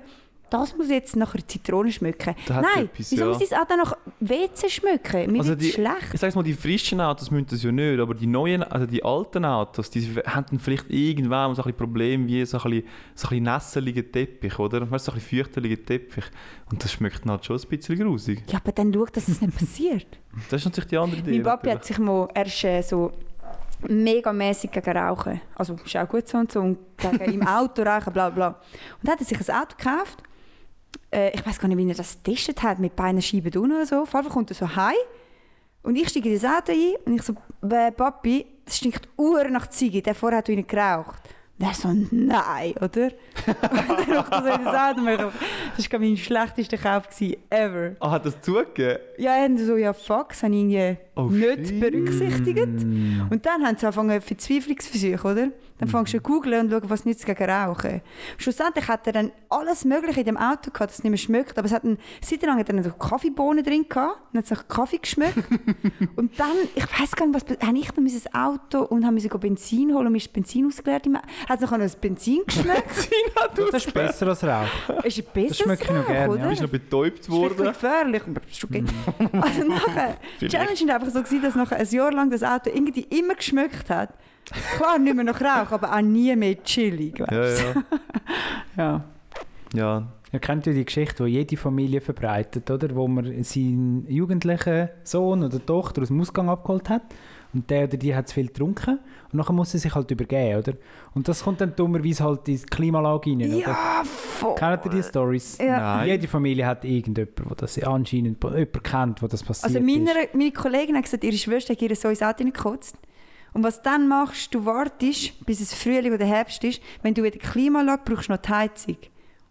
das muss jetzt nachher Zitrone schmecken. Da hat Nein, etwas, wieso ja. muss es auch dann nach WC schmecken? Mir Also wird's die- schlecht. Ich sag's mal, die frischen Autos müssen das ja nicht, aber die neuen, also die alten Autos, die haben dann vielleicht irgendwann so ein bisschen Problem wie so ein bisschen, so ein bisschen nässeliger Teppich, oder? Weißt du, so ein bisschen fürchterlicher Teppich. Und das schmeckt dann halt schon ein bisschen grusig. Ja, aber dann schau, dass das nicht passiert. Das ist natürlich die andere Idee. Mein Papi hat natürlich. sich mal erst äh, so megamäßig gegen Rauchen. Also ist auch gut so und so. Und gegen im Auto rauchen, bla bla. Und dann hat er sich ein Auto gekauft. Äh, ich weiß gar nicht, wie er das getestet hat, mit beiden Scheiben unten oder so. Auf jeden Fall kommt er so heim. Und ich steige in das Auto ein und ich so, «Bä, Papi, es stinkt uhr nach Ziege, der vorher hat ihn geraucht. Und er so, nein, oder? und dann macht er so in das Auto. und ich so, Das war gerade mein schlechtester Kauf gewesen, ever. Ah, hat das zugegeben? Ja, haben sie so, ja, fuck, das habe ich irgendwie Oh, nicht shit. berücksichtigt. Und dann haben sie angefangen, Verzweiflungsversuche, oder? Mhm. Dann fängst du an zu googeln und schauen, was nützt gegen Rauchen. Schlussendlich hat er dann alles Mögliche in dem Auto gehabt, das nicht mehr schmeckt. Aber es hat einen, seit lang hat er dann so Kaffeebohnen drin gehabt, dann hat es nach Kaffee geschmeckt. und dann, ich weiß gar nicht, was, habe ich dann mein Auto und haben müssen Benzin holen und mir ist Benzin ausgeleert. im Au- Hat es nachher noch das Benzin geschmeckt? Das ist besser als Rauch. ist ein besseres schmecke ich noch Rauch, gerne, ja. oder? Ist noch betäubt Das Ah. ist worden? wirklich gefährlich, aber das ist okay. Also nachher, die Challenge war einfach so, gewesen, dass nachher ein Jahr lang das Auto irgendwie immer geschmeckt hat. Klar, nicht mehr nach Rauch, aber auch nie mehr chillig. weißt du? Ja, ja. Ja. ja. Ihr kennt ja die Geschichte, die jede Familie verbreitet, oder? Wo man seinen jugendlichen Sohn oder Tochter aus dem Ausgang abgeholt hat. Und der oder die hat zu viel getrunken. Und nachher muss sie sich halt übergeben, oder? Und das kommt dann dummerweise halt ins Klimalage rein, oder? Ja, voll. Kennt ihr die Stories? Ja. Nein. Jede Familie hat irgendjemanden, wo das anscheinend jemand kennt, wo das passiert Also ist. meine, meine Kollegin hat gesagt, ihre Schwester hat ihr so ins Auto gekotzt. Und was du dann machst, du wartest, bis es Frühling oder Herbst ist. Wenn du wieder Klimaanlage brauchst, du noch die Heizung.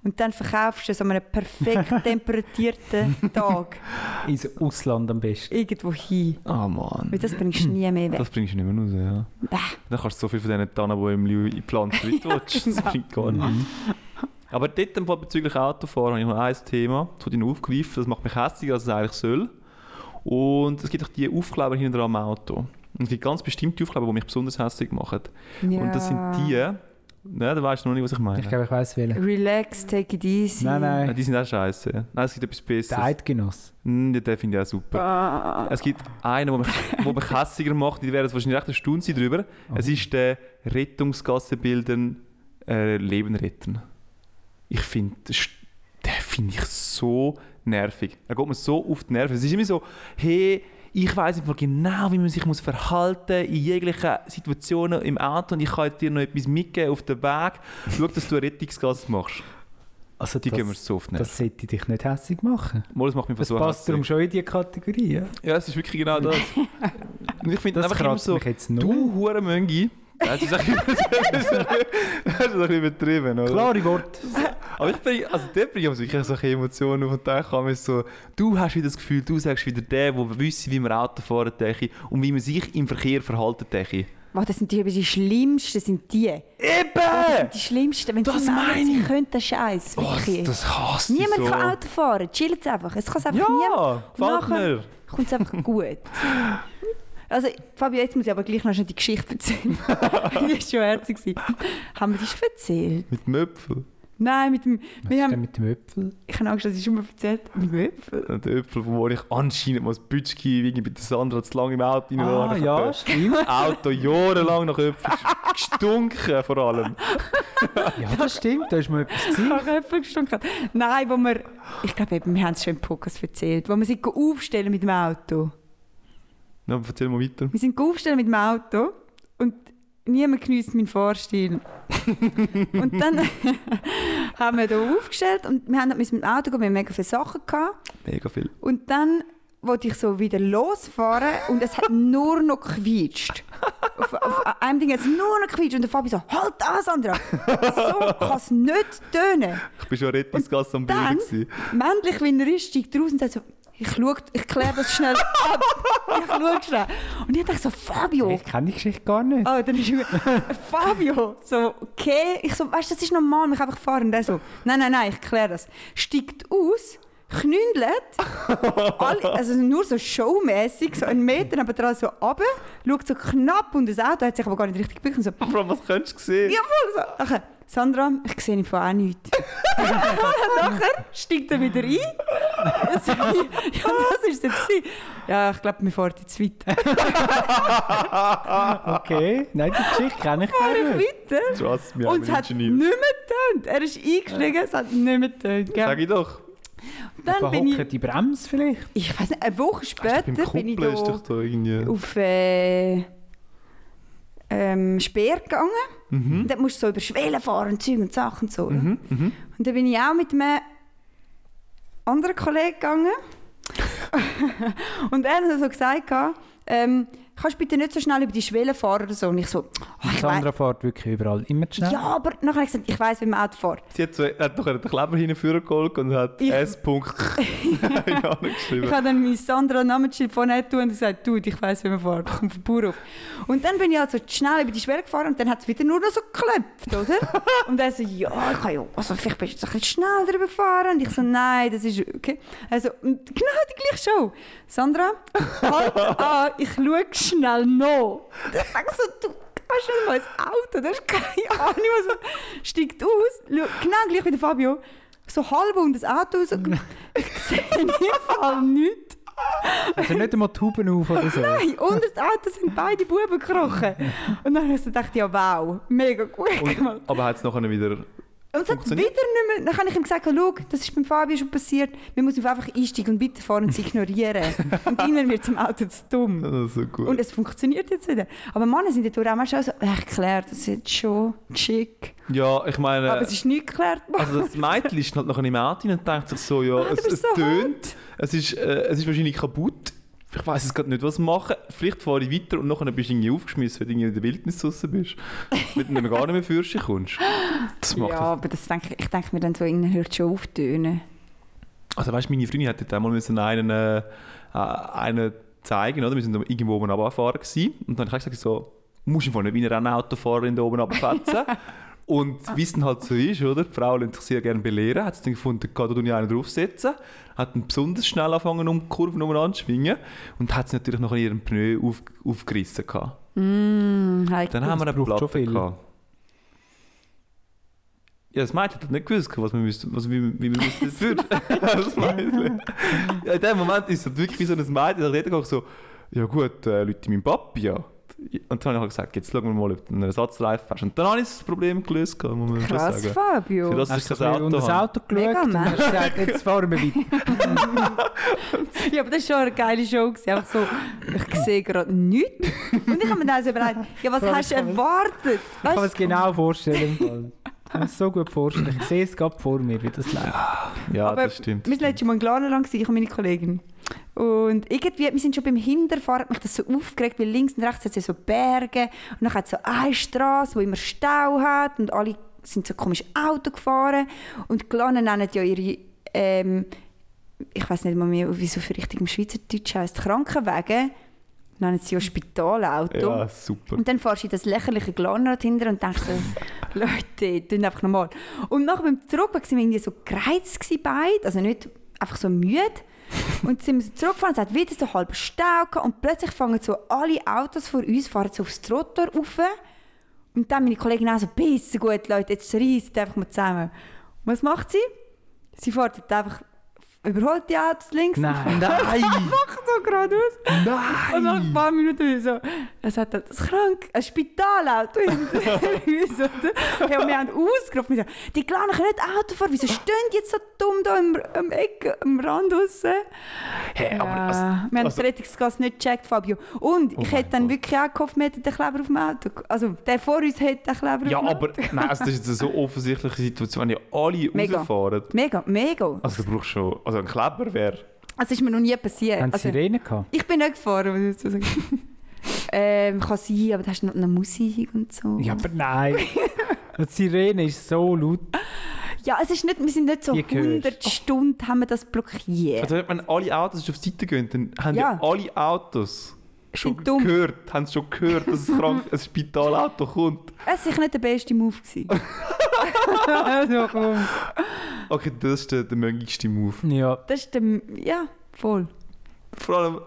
Und dann verkaufst du es an einem perfekt temperatierten Tag Ins Ausland am besten. irgendwo hin. Oh Mann. Weil das bringst du nie mehr weg. Das bringst du nicht mehr raus, ja. Bäh. Dann kannst du so viel von diesen Tannenbäumen pflanzen, wie du willst. Das bringt gar nichts. Mhm. Aber dort im Fall bezüglich Autofahren habe ich noch ein Thema, das ich noch aufgegriffen das macht mich hässiger, als es eigentlich soll. Und es gibt auch die Aufkleber hinten dran am Auto. Und es gibt ganz bestimmte Aufkleber, die mich besonders hässig machen. Und das sind die, ne, da weißt du noch nicht, was ich meine. Ich glaube, ich weiß welchen. Relax, take it easy. Nein, Äh, nein. die sind auch scheiße. Nein, es gibt etwas Der Besseres. Eidgenoss. Mm, ja, den finde ich auch super. Ah. Es gibt einen, der mich, wo mich hässiger macht, die werden wahrscheinlich recht erstaunt sein drüber. Es ist der Rettungsgassenbildern äh, Leben retten. Ich finde, den finde ich so nervig. Er geht mir so auf die Nerven. Es ist immer so, hey, ich weiß genau, wie man sich muss verhalten in jeglichen Situationen im Auto und ich kann dir noch etwas mitgeben auf den Weg. Schau, dass du eine Rettungsgasse machst. Also Die gehen mir das, so auf die Nerven. das sollte dich nicht hässlich machen. Mal, Das, macht mich Das so passt darum hässlich. schon in die Kategorie. Ja. Ja, es ist wirklich genau das. Und ich finde Das einfach immer kratzt so, mich jetzt nur. Du Hurenmöngi. Das ist ein bisschen- das ist ein bisschen übertrieben, oder? Klare Worte. Aber ich bringe, also der bringt uns wirklich solche Emotionen auf und dann kann man so, du hast wieder das Gefühl, du sagst wieder der, der wüsste, wie man Auto fahren denke und wie man sich im Verkehr verhalten denke. Wow, das sind die, die schlimmsten sind die. Eben! Das sind die schlimmsten, wenn Das sie meine sie ich. können den Scheiß. Oh, das, wirklich. das hasst ich Niemand so. kann Auto fahren, chillt es einfach. Es kann es einfach niemand. Ja, gefällt nachher- mir. Kommt es einfach gut. Also, Fabio, jetzt muss ich aber gleich noch schnell die Geschichte erzählen. die war schon herzig. gewesen. Haben wir die schon erzählt? Mit Möpfel. Nein, mit dem, Was ist wir denn haben, mit dem Äpfel? ich habe Angst, dass ich schon mal erzählt habe. Mit dem Äpfel. Der Öpfel, wo ich anscheinend mal das Bütschki wegen bei der Sandra zu lange im Auto rein Ah, war. Ich hab das stimmt. Auto jahrelang nach Öpfel gestunken vor allem. Ja, das stimmt. Da ist mal etwas Ich gewesen. habe Äpfel gestunken. hat. Nein, wo wir, ich glaube, eben, wir haben es schon im Podcast erzählt, wo wir sind aufstellen mit dem Auto. Ja, erzähl mal weiter. Wir sind aufgestellt mit dem Auto und niemand geniesst meinen Fahrstil. und dann haben wir da aufgestellt und wir haben mit dem Auto gehen, wir haben mega viele Sachen gehabt. Mega viel. Und dann wollte ich so wieder losfahren und es hat nur noch quietscht. Auf, auf einem Ding hat es nur noch quietscht und der Fabi so, halt an, Sandra! So kann es nicht tönen. Ich war schon Rettungsgasse am Bilder. Dann, gewesen. männlich wie er ist, steigt raus und sagt so, ich, schau, ich kläre das schnell ab. Ich schaue schnell. Und ich dachte so, Fabio, Ich kenne die Geschichte gar nicht. Oh, dann ist er Fabio, so, okay. Ich so, weißt du, das ist normal, mich einfach fahren. Und er so, nein, nein, nein, ich kläre das. Steigt aus, knündelt, alle, also nur so showmäßig, so einen Meter nebenan so runter, schaut so knapp und das Auto hat sich aber gar nicht richtig gebückt und so, Vor allem, was könntest du sehen? jawohl, so. Ach, Sandra, ich sehe von auch nichts. Nachher steigt er wieder ein. Und so, ja, das ist es jetzt. gewesen. Ja, ich glaube, wir fahren jetzt weiter. Ah. Okay, nein, die Geschichte kenne ich gar nicht. Weiter? Trust me, Und I'm es an hat nicht engineer. mehr getönt. Er ist eingeschlagen, es hat nicht mehr getönt. Sag gell? ich doch. Dann bin ich, Verhockert die Bremse vielleicht? ich weiß nicht, eine Woche später Beim bin ich Kumpel ist doch da da irgendwie... auf äh, ähm, Speer gegangen. Mhm, Hm? Und dort musst du so über Schwellen fahren und Zeug und Sachen und so. oder? mhm. Und dann bin ich auch mit einem anderen Kollegen gegangen. und er hat so gesagt, gehabt, ähm, kannst du bitte nicht so schnell über die Schwelle fahren oder so. Und ich so, «Ah, ich weiss, Sandra fährt wirklich überall immer zu schnell. ja, aber nachher habe ich gesagt, ich weiß, wie man Auto fährt. Sie hat, so, hat doch einen Kleber hinführen geholt und hat Ich- S. Punkt ja, Ich geschrieben. habe dann mein Sandra Namensschild vorne tun und gesagt, du, ich weiss, wie man fährt, komm vom Bauernhof. Und dann bin ich also schnell über die Schwelle gefahren und dann hat es wieder nur noch so geklopft, oder? und er so, ja, ich kann ja, also vielleicht bist du jetzt ein bisschen schnell drüber fahren. Und ich so, nein, das ist okay. Also, genau die gleiche Show. Sandra, halt an, ich schaue schnell noch. Und ich sag so, du kannst nicht mal ins Auto, das ist keine Ahnung, was man steigt aus, schau- genau gleich wie der Fabio, so halb um das Auto raus. Ich sehe in jedem Fall nichts. Also nicht einmal die Huben auf oder so. Nein, unter das Auto sind beide Buben gekrochen. Und dann habe ich so gedacht, ja wow, mega gut gemacht. Und, aber hat es nachher wieder... Und es hat wieder funktioniert? nicht mehr, dann habe ich ihm gesagt, schau, das ist beim Fabio schon passiert, wir müssen einfach einsteigen und bitte fahren und sie ignorieren. und irgendwann wird es im Auto zu dumm. Das ist so gut. Und es funktioniert jetzt wieder. Aber Männer sind dort auch manchmal so, ich kläre das ist jetzt schon, schick. ja, ich meine... Aber es ist nicht geklärt worden. Also das Mädchen ist halt nachher im Auto und denkt sich so, ja, Ah, du es, bist es so tönt, es ist, äh, es ist wahrscheinlich kaputt. Ich weiß es gerade nicht, was machen. Vielleicht fahre ich weiter und nachher bist du irgendwie aufgeschmissen, wenn du irgendwie in der Wildnis draußen bist. Wenn du dann gar nicht mehr für dich kommst. Das macht ja, das. aber das denke ich, ich denke mir dann so, irgendwann hört es schon auf tönen. Also weißt du, meine Freundin hätte einmal müssen einen, äh, äh, einen zeigen, oder? Wir sind da irgendwo oben runtergefahren gewesen. und dann habe ich gesagt so, musst du einfach nicht wie eine Rennautofahrerin da oben runterfetzen. Und wie es dann halt so ist, oder? Die Frau lässt sich sehr gerne belehren. Hat es dann gefunden, kann du einen draufsetzen. Hat dann besonders schnell angefangen, um die Kurven umeinander zu schwingen. Und hat sie natürlich noch in ihrem Pneu auf, aufgerissen. Gehabt. Hm, heiko. Dann haben wir eine braucht schon Platte viel. gehabt. Ja, das Mädchen hat nicht gewusst, was man müsste, was, wie, wie man müsste das würden. das Mädchen. Ja, in dem Moment ist es halt wirklich wie so ein Mädchen, das redet so, ja gut, äh, Leute, mein Papi, ja. Und dann habe ich halt gesagt, jetzt schauen wir mal, ob du einen Ersatz live hast. Und dann habe ich das Problem gelöst, gehabt, muss man schon Krass, sagen. Fabio. Für das Hast ist du das so ein bisschen Auto. unter das habe. Auto Mega geschaut und hast Mensch. gesagt, jetzt fahren wir weiter. Ja, aber das war schon eine geile Show. gewesen. Einfach so, ich sehe gerade nichts. Und ich habe mir dann also überlegt, ja, was Ja, hast du ich kann es- erwartet? Ich kann mir Weißt es genau vorstellen. im Fall. Ich kann mir es so gut vorstellen. Ich sehe es gerade vor mir, wie das läuft. Ja, Aber das stimmt. du, wir waren letztes Mal in Glanerland, gewesen, ich und meine Kollegin. Und irgendwie, wir sind schon beim Hinterfahren, hat mich das so aufgeregt, weil links und rechts hat es ja so Berge. Und dann hat es so eine Straße, wo immer Stau hat und alle sind so komisch Auto gefahren. Und Glaner nennen ja ihre, ähm, ich weiß nicht mal mehr, wie so für richtig im Schweizerdeutsch heisst, Krankenwagen. Nennen sie ja Spitalauto. Ja, super. Und dann fährst du in das lächerliche Glanrad hinter und denkst so, Leute, tun einfach normal. Und nachher beim Zurückweg waren wir irgendwie so gereizt gewesen beide, also nicht einfach so müde. Und sind wir so zurückgefahren, es hat wieder so halb Stau gehabt und plötzlich fangen so alle Autos vor uns, fahren so aufs Trottoir rauf. Und dann meine Kollegin auch so, «Bissen gut, Leute, jetzt reisst einfach mal zusammen.» Und was macht sie? Sie fährt einfach überholt die Autos links. Nein. Nein! Mach so geradeaus. Und nach ein Nein! paar Minuten so, es hat das krank, ein Spitalauto hinter uns. oder? Ja, und wir haben ausgerufen, wir so, die Kleinen können nicht Auto fahren, wieso stehen die jetzt so dumm da im, im Eck, am Rand draussen? Hey, aber ja. also, wir haben also- die Rettungsgasse nicht gecheckt, Fabio. Und Oh ich mein hätte dann Gott. wirklich auch gehofft, wir hätten den Kleber auf dem Auto. ge- Also der vor uns hätte den Kleber ja, auf dem aber Auto. nein, also das ist jetzt eine so offensichtliche Situation, wenn ja alle Mega. rausfahren. Mega, mega. Also du brauchst schon, also ein Kleber wäre... Es ist mir noch nie passiert. Haben sie Also, Sirene gehabt? ich bin nicht gefahren, muss ich jetzt so sagen. ähm, kann sein, aber da hast du noch eine Musik und so. Ja, aber nein. Die Sirene ist so laut. Ja, es ist nicht, wir sind nicht so Die gehört. 100 Stunden haben wir das blockiert. Also wenn alle Autos auf die Seite gehen, dann haben ja, Ja. alle Autos schon Sind dumm. gehört, haben schon gehört, dass ein, krank, ein Spitalauto kommt. Es war sicher nicht der beste Move. gewesen. also, komm. Okay, das ist der, der möglichste Move. Ja. Das ist der, ja, voll. Vor allem,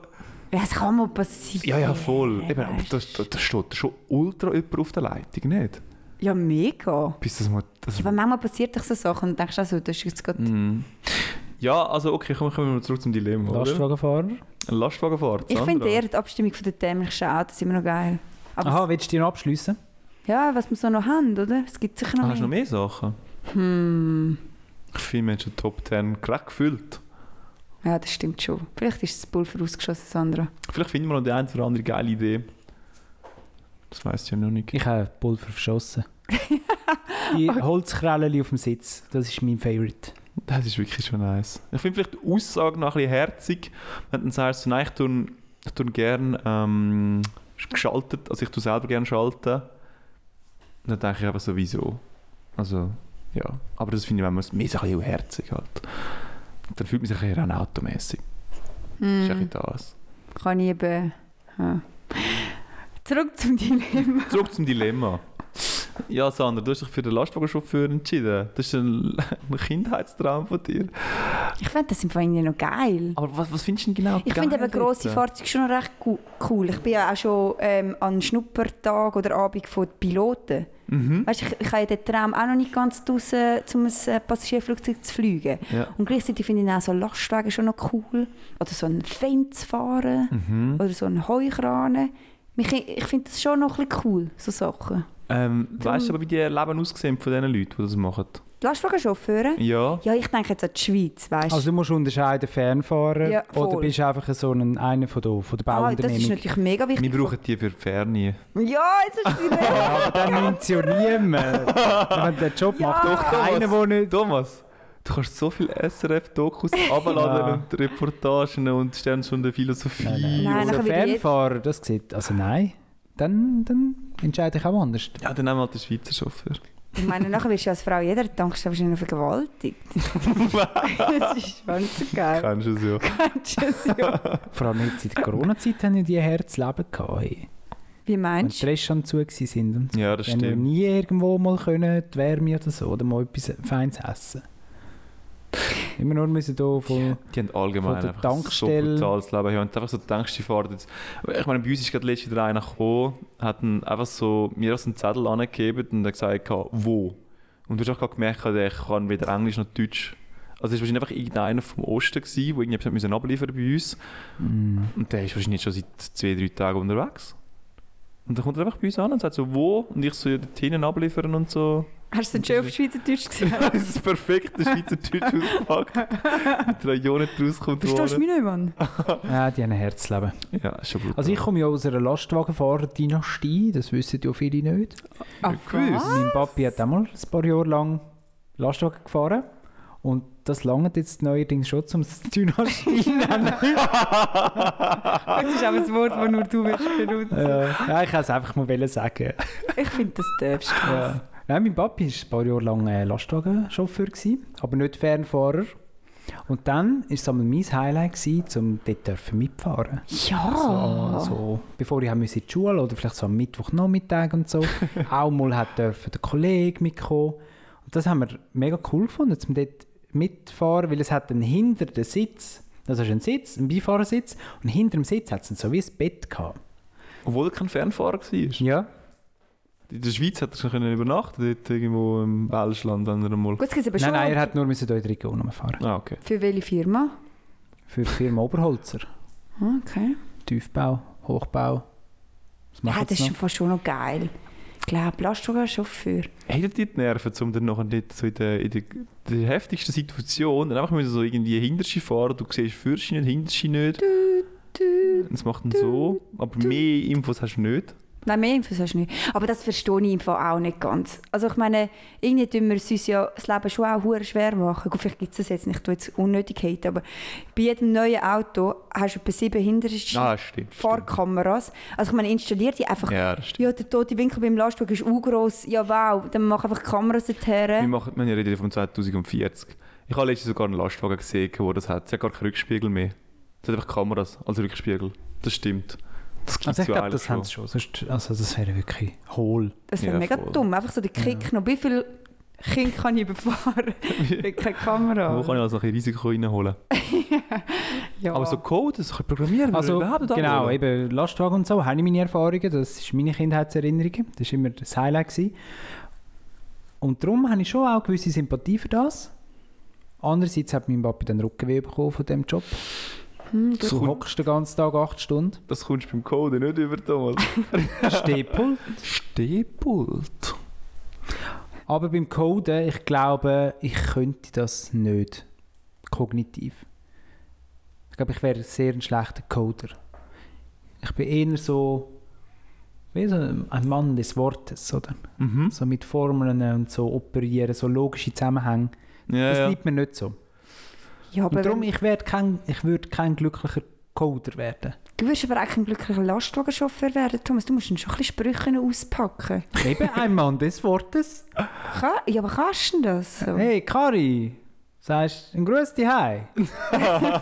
Was kann mal passieren? ja, ja, voll. Eben, aber weißt du. da, da, da steht schon ultra jemand auf der Leitung, nicht? Ja, mega. Bis das mal... Das, Ja, Aber manchmal passiert doch so Sachen und denkst auch so, das ist jetzt gerade... Mhm. ja, also okay, kommen kommen wir mal zurück zum Dilemma, oder? Lastwagenfahrer. Ein Lastwagenfahrt, Ich finde Sandra. eher die Abstimmung von der dämlichen Autos immer noch geil. Aber Aha, willst du die noch abschliessen? es- ja, was wir so noch haben, oder? Es gibt sicher noch, Ah, Hast du noch mehr. mehr Sachen? Hm. Ich finde, wir haben schon Top 10 gerade gefüllt. Ja, das stimmt schon. Vielleicht ist das Pulver ausgeschossen, Sandra. Vielleicht finden wir noch die eine oder andere geile Idee. Das weiß ich ja noch nicht. Ich habe Pulver verschossen. die Holzkrallen auf dem Sitz, das ist mein Favorite. Das ist wirklich schon nice. Ich finde vielleicht die Aussage noch ein bisschen herzig, wenn du dann sagst, nein, ich tue, ich tue gerne ähm, geschaltet, also ich tue selber gerne schalten. Dann denke ich einfach sowieso. Also, ja. Aber das finde ich, wenn man es mehr so ein bisschen herzig hat. Dann fühlt man sich eher auch automäßig. Das Hm. ist ein Mhm. bisschen das. Kann ich eben... Ja. Zurück zum Dilemma. Zurück zum Dilemma. Ja, Sandra, du hast dich für den Lastwagenchauffeur entschieden. Das ist ein, ein Kindheitstraum von dir. Ich finde das im Fall irgendwie noch geil. Aber was, was findest du denn genau Ich finde eben grosse Fahrzeuge schon noch recht gu- cool. Ich bin ja auch schon ähm, an Schnuppertag oder Abend von den Piloten. Mhm. Weißt, ich, ich habe ja den Traum auch noch nicht ganz draussen, um ein äh, Passagierflugzeug zu fliegen. Ja. Und gleichzeitig finde ich auch so Lastwagen schon noch cool. Oder so einen Fan zu fahren. Mhm. Oder so einen Heukranen. Mich, ich finde das schon noch ein bisschen cool, so Sachen. Ähm, Drum- weißt du aber, wie die Leben aussehen von diesen Leuten, die das machen? Die Lastwagenchauffeure? Ja. Ja, ich denke jetzt an die Schweiz, weißt du. Also du musst unterscheiden, Fernfahrer Ja, oder voll. bist du einfach so ein, einer von, der, von der ah, das ist Bauunternehmung? natürlich mega Wir wichtig. brauchen die für die Ferien. Ja, jetzt hast du sie ja, aber dann Ah, nimmt es ja niemand. Wenn der Job Ja. macht, oh, doch Doch, keiner, der nicht... Thomas, du kannst so viele SRF-Dokus abladen Ja. und Reportagen und Sternstunde Philosophie. Nein, Nein, also nachher wird jeder- Fernfahrer, das sieht... Also nein, dann, dann entscheide ich auch anders. Ja, dann nehmen wir halt den Schweizer Chauffeur. Ich meine, nachher wirst du als Frau jeder Tankstelle wahrscheinlich vergewaltigt. das ist ganz geil. Kennst du es ja. Kennst du es ja? Vor allem jetzt in der Corona-Zeit haben ja die Herzleben gehabt. Hey. Wie Wenn meinst die du? Restaurants zu waren und Ja, das Wenn wir stimmt. nie irgendwo mal können, die Wärme oder so, oder mal etwas Feines essen. Immer nur müssen hier von... Die haben allgemein Von der einfach Tankstelle. so brutales Leben. Ich habe einfach so gedacht, sie fahren jetzt. Ich meine, bei uns ist gerade letztens wieder einer gekommen, hat ihn einfach so mir aus dem Zettel angegeben und hat gesagt, wo. Und du hast auch gerade gemerkt, der kann weder Englisch noch Deutsch. Also es war wahrscheinlich einfach irgendeiner vom Osten, gewesen, der irgendjemand müssen abliefern bei uns. Mm. Und der ist wahrscheinlich schon seit zwei, drei Tagen unterwegs. Und dann kommt er einfach bei uns an und sagt so, wo? Und ich so, ja, dort hinten abliefern und so. Hast du es schon auf Schweizerdeutsch gesehen? das ist das perfekte Schweizerdeutsch ausgepackt. Mit Rajonen draus kommt Verstehst du worden. mich nicht, Mann? Ja, die haben ein Herzleben. Ja, ist schon brutal. Also ich komme ja aus einer Lastwagenfahrer-Dynastie, das wissen ja viele nicht. Ach, gewusst. Mein Papi hat einmal ein paar Jahre lang Lastwagen gefahren und das langt jetzt neuerdings schon zum Dynastie nennen. Das ist aber ein Wort, das nur du wirst benutzen. ja, Äh, ja, ich kann es einfach mal wollen sagen. Ich finde, das darfst du. Ja. Nein, mein Papi war ein paar Jahre lang äh, Lastwagenchauffeur, gewesen, aber nicht Fernfahrer. Und dann war es einmal mein Highlight, gewesen, um dort dürfen mitfahren Ja! Ah. So, so, bevor ich haben musste in die Schule oder vielleicht so am Mittwochnachmittag und so. auch mal hat dürfen der Kollege mitkommen. Und das haben wir mega cool gefunden, dass wir dort mitfahren, weil es hat einen hinter den Sitz, das ist ein Sitz, ein Beifahrersitz, und hinter dem Sitz hat es dann so wie ein Bett gehabt. Obwohl er kein Fernfahrer war. Ja. In der Schweiz hat er schon können übernachten dort irgendwo im Welschland dann einmal. Gut, es gibt aber Nein, schon. nein, er hat nur müssen hier in die Region rumfahren. Ah, okay. Für welche Firma? Für die Firma Oberholzer. Ah, Okay. Tiefbau, Hochbau. Was Ja, machen das sie ist noch? schon fast schon noch geil. Ich glaube, Lastwagenchauffeur. Hättet ihr die Nerven, um dann nachher nicht so in der, in der, der heftigsten Situation dann einfach müssen so irgendwie Hinterschi fahren, du siehst Fürschi nicht, Hinterschi nicht. Und Es macht dann so, aber mehr Infos hast du nicht. Nein, mehr Infos hast du nicht. Aber das verstehe ich im Fall auch nicht ganz. Also ich meine, irgendwie tun wir es uns ja das Leben schon auch hure schwer machen. Gut, vielleicht gibt es das jetzt nicht, ich tue jetzt Unnötigkeit, aber bei jedem neuen Auto hast du etwa sieben hinterste Ah, stimmt. stimmt. Fahrkameras. Also ich meine, installier die einfach. Ja. Ja, das stimmt. der tote Winkel beim Lastwagen ist auch gross. Ja, wow. Dann mach einfach die Kameras Wir, dorthin. machen, wir reden von 2040. Ich habe letztens sogar einen Lastwagen gesehen, der das hat. Es hat gar keinen Rückspiegel mehr. Es hat einfach Kameras als Rückspiegel. Das stimmt. Das gibt Also ich ja glaube, eigentlich das haben sie schon. Sonst, also das wäre wirklich hohl. Das wäre Ja, mega voll. dumm. Einfach so der Kick noch. Wie viele Kinder kann ich überfahren? Mit keine Kamera. Wo kann ich also ein bisschen Risiko reinholen? ja. Aber so Code, das kann ich programmieren. Also würde ich überhaupt nicht genau, anholen. eben Lastwagen und so, habe ich meine Erfahrungen, das ist meine Kindheitserinnerung, das war immer das Highlight. Gewesen. Und darum habe ich schon auch gewisse Sympathie für das. Andererseits hat mein Papi den Rückenweh bekommen von diesem Job. Das Du kommt- hockst den ganzen Tag acht Stunden. Das kommst du beim Code nicht über, Thomas. Stehpult. Stehpult. Aber beim Coden, ich glaube, ich könnte das nicht. Kognitiv. Ich glaube, ich wäre sehr ein schlechter Coder. Ich bin eher so, wie so ein Mann des Wortes, oder? Mhm. So mit Formeln und so operieren, so logische Zusammenhänge. Ja, Das ja. liegt mir nicht so. ja, aber und darum, wenn- ich, werd kein, ich würde kein glücklicher Coder werden. Du wirst aber eigentlich ein glücklicher Lastwagenchauffeur werden, Thomas. Du musst dann schon ein bisschen Sprüche auspacken. Eben ein Mann des Wortes. Ka ja, aber kannst du denn das? So? Hey, Kari, sagst du, ein Gruß dich heim.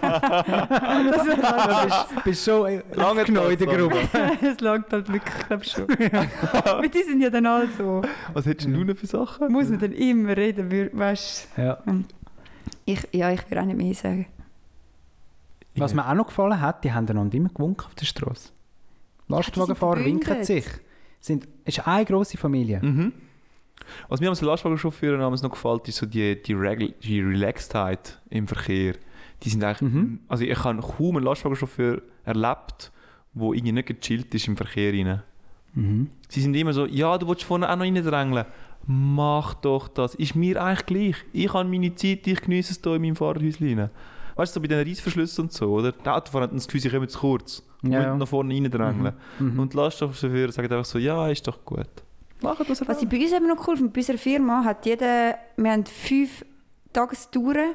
das Du bist, bist schon Lange genau in der Tatsache. Gruppe. es langt halt wirklich, glaube ich, schon. Mit die sind ja dann alle so. Was hättest du noch für Sachen? Muss man dann immer reden, wür- weißt Ja. du? Ich, ja, ich würde auch nicht mehr sagen. Was mir auch noch gefallen hat, die haben einander immer gewunken auf der Straße. Lastwagenfahrer Ja, die sind winken sich. Sind, es ist eine grosse Familie. Mhm. Was mir am Lastwagenchauffeur namens noch gefällt, ist so die, die, Regel, die Relaxedheit im Verkehr. Die sind eigentlich, Mhm. also ich habe kaum einen Lastwagenchauffeur erlebt, wo irgendwie nicht gechillt ist im Verkehr rein. Mhm. Sie sind immer so, ja, du willst vorne auch noch reindrängeln. Mach doch das. Ist mir eigentlich gleich. Ich habe meine Zeit, ich genieße es hier in meinem Fahrerhäuschen. rein. Weißt du, so bei den Reissverschlüssen und so, oder? Die Autofahrer haben das Gefühl, sie kommen zu kurz. Und Ja, ja. ja. noch vorne reindrängeln. Mhm. Und die Lastwagenchauffeure sagen einfach so, ja, ist doch gut. Machen das Was ich bei uns eben noch cool finde, bei unserer Firma hat jeder, wir haben fünf Tagestouren.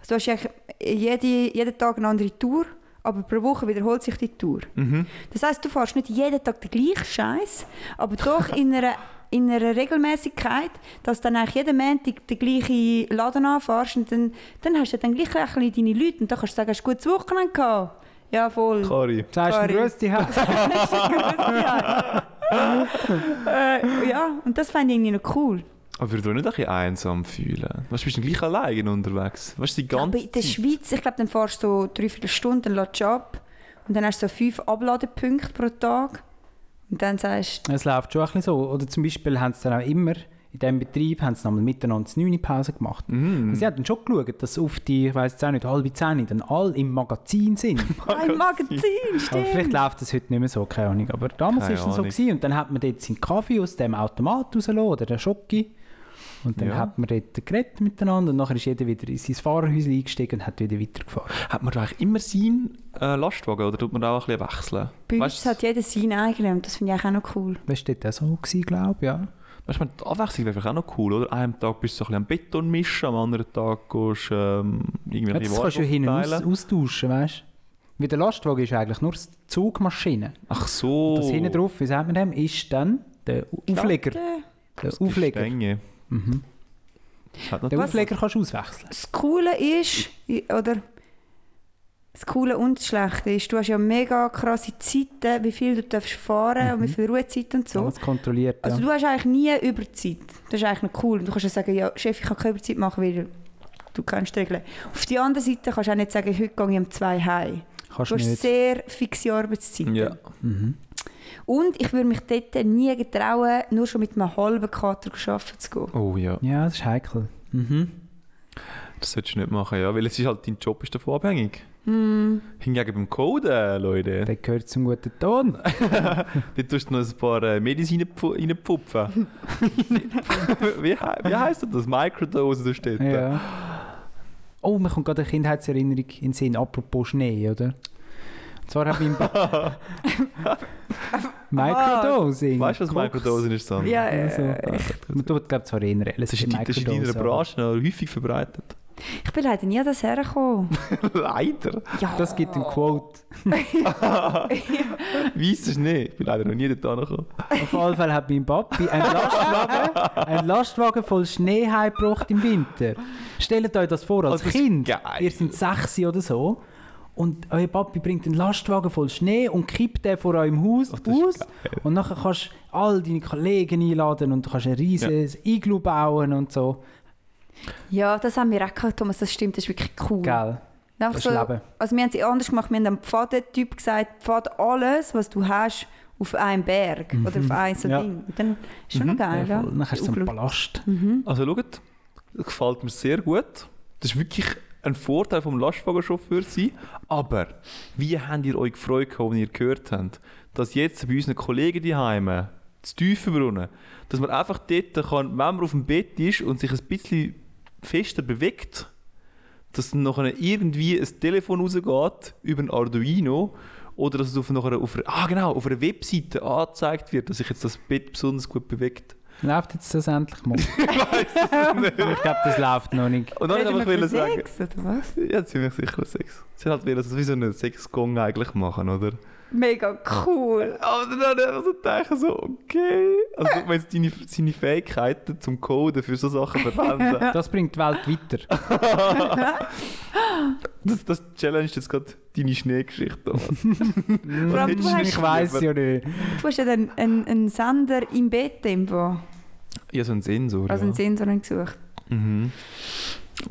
Also du hast eigentlich jede, jeden Tag eine andere Tour, aber pro Woche wiederholt sich die Tour. Mhm. Das heißt, du fährst nicht jeden Tag den gleichen Scheiß, aber doch in einer, in einer Regelmäßigkeit, dass dann eigentlich jeden Montag den gleichen Laden anfährst und dann, dann hast du dann gleich ein bisschen deine Leute und dann kannst du sagen, hast du ein gutes Wochenende gehabt? Ja, voll. Kari. Sagst du, ein Sorry. Gruß dich heim. Hast du ein gutes Jahr? äh, ja, und das fand ich irgendwie noch cool. Aber würdest du nicht ein bisschen einsam fühlen? Weißt du, bist du gleich alleine unterwegs? Weißt du, die ganze aber in der Zeit- Schweiz, ich glaube, dann fährst du so dreiviertel Stunden, dann lädst du ab und dann hast du so fünf Abladepunkte pro Tag und dann sagst Es läuft schon ein bisschen so. Oder zum Beispiel haben sie dann auch immer, in diesem Betrieb, haben sie dann mal miteinander eine 9 Pause gemacht. Mhm. Und Sie haben dann schon geschaut, dass auf die, ich weiss jetzt auch nicht, halbe Zehn dann alle im Magazin sind. du, ein Magazin, Aber vielleicht stimmt. läuft das heute nicht mehr so, keine Ahnung. Aber damals war Keine es dann so. Ahnung. Gewesen. Und dann hat man dort seinen Kaffee aus dem Automat rausgelassen oder den Schocki. Und dann Ja. hat man dort geredet miteinander und nachher ist jeder wieder in sein Fahrerhäuschen eingestiegen und hat wieder weitergefahren. Hat man da eigentlich immer seinen äh, Lastwagen oder tut man da auch ein bisschen wechseln? Bei uns Weißt du- hat jeder seinen eigenen und das finde ich eigentlich auch noch cool. Das war dort auch so, gewesen, glaube ich, ja. Weißt du, die Abwechslung wäre vielleicht auch noch cool, oder? An einem Tag bist du so ein bisschen am Beton mischen, am anderen Tag gehst du ähm, ja irgendwelche das kannst du ja hin und aus, aufteilen. austauschen, weißt du. Weil der Lastwagen ist eigentlich nur die Zugmaschine. Ach so. Das hinten drauf, wie sagt man dem, ist dann der Aufleger. Äh, Der Oh. Das Aufleger. Gestänge. Mhm. Das hat Den natürlich- Aufleger kannst du auswechseln. Das Coole ist, i- oder das Coole und das Schlechte ist, du hast ja mega krasse Zeiten, wie viel du darfst fahren und wie viel Ruhezeit und so. Alles kontrolliert, Mhm. ja. Also du hast eigentlich nie Überzeit. Das ist eigentlich noch cool. Du kannst ja sagen, ja, Chef, ich kann keine Überzeit machen, weil du kennst die Regeln. Auf der anderen Seite kannst du auch nicht sagen, heute gehe ich um zwei heim. kannst Du hast nicht. sehr fixe Arbeitszeiten. Ja. Mhm. Und ich würde mich dort nie getrauen, nur schon mit einem halben Kater arbeiten zu gehen. Oh ja. Ja, das ist heikel. Mhm. Das solltest du nicht machen, ja. Weil es ist halt, dein Job ist davon abhängig. Hingegen beim Coden, Leute. Der gehört zum guten Ton. Dort tust du noch ein paar äh, Medis reinpfu- reinpupfen. wie hei- wie heisst das? Microdose da steht. da. ja. Oh, mir kommt gerade eine Kindheitserinnerung in den Sinn, apropos Schnee, oder? Und zwar habe ich im Ba Microdosing. Weißt du, was Koks. Microdosing ist, Sam? Ja, äh, Also, ich, man tut, glaube ich, zwar erinnern. Das ist, in- das ist in deiner Branche noch häufig verbreitet. Ich bin leider nie an das hergekommen. leider. Ja. Das gibt ein Quote. Weiss es nicht. Ich bin leider noch nie dort angekommen. Auf jeden Fall hat mein Papi einen Lastwagen, einen Lastwagen voll Schnee heimgebracht im Winter. Stellt euch das vor, als Oh, das ist Kind, geil. ihr seid sechs oder so, und euer Papi bringt einen Lastwagen voll Schnee und kippt den vor eurem Haus Oh, das ist aus. geil. Und nachher kannst du all deine Kollegen einladen und du kannst ein riesiges Iglu bauen und so. ja, das haben wir auch gehört, Thomas, das stimmt, das ist wirklich cool. Geil. Einfach Das so, Leben. also wir haben es anders gemacht, wir haben dem Pfadentyp gesagt, pfad alles, was du hast, auf einen Berg oder auf ein so Mhm. Ja. Mhm. Ding. Und dann ist schon noch geil, ja. voll. Nachher ist so ein Palast. Also schaut, das gefällt mir sehr gut. Das ist wirklich ein Vorteil vom Lastwagenchauffeur sein. Aber wie habt ihr euch gefreut, gehabt, als ihr gehört habt, dass jetzt bei unseren Kollegen daheim zu tiefen Brunnen, dass man einfach dort kann, wenn man auf dem Bett ist und sich ein bisschen fester bewegt, dass dann nachher irgendwie ein Telefon rausgeht über ein Arduino oder dass es auf, nachher auf, einer, ah genau, auf einer Webseite angezeigt wird, dass sich jetzt das Bett besonders gut bewegt. Läuft jetzt das endlich mal? ich glaube, das läuft noch nicht. Und dann Reden habe ich wir will von sagen, Sex, oder was? ja, ziemlich sicher Sex. Sie hat wieder wie so einen Sexgong eigentlich machen, oder? Mega cool. Aber dann habe ich einfach so gedacht, so, okay. Also, guck mal, jetzt deine, seine Fähigkeiten zum Coden für so Sachen verwenden. Das bringt die Welt weiter. Das, das challenge jetzt gerade deine Schneegeschichte. Thomas. Mhm. Vor allem, hättest du, hast, Ich weiß ja nicht. du hast ja dann einen, einen Sender im Bett irgendwo, Ja, so ein Sensor. also einen Sensor haben gesucht. ja. mhm.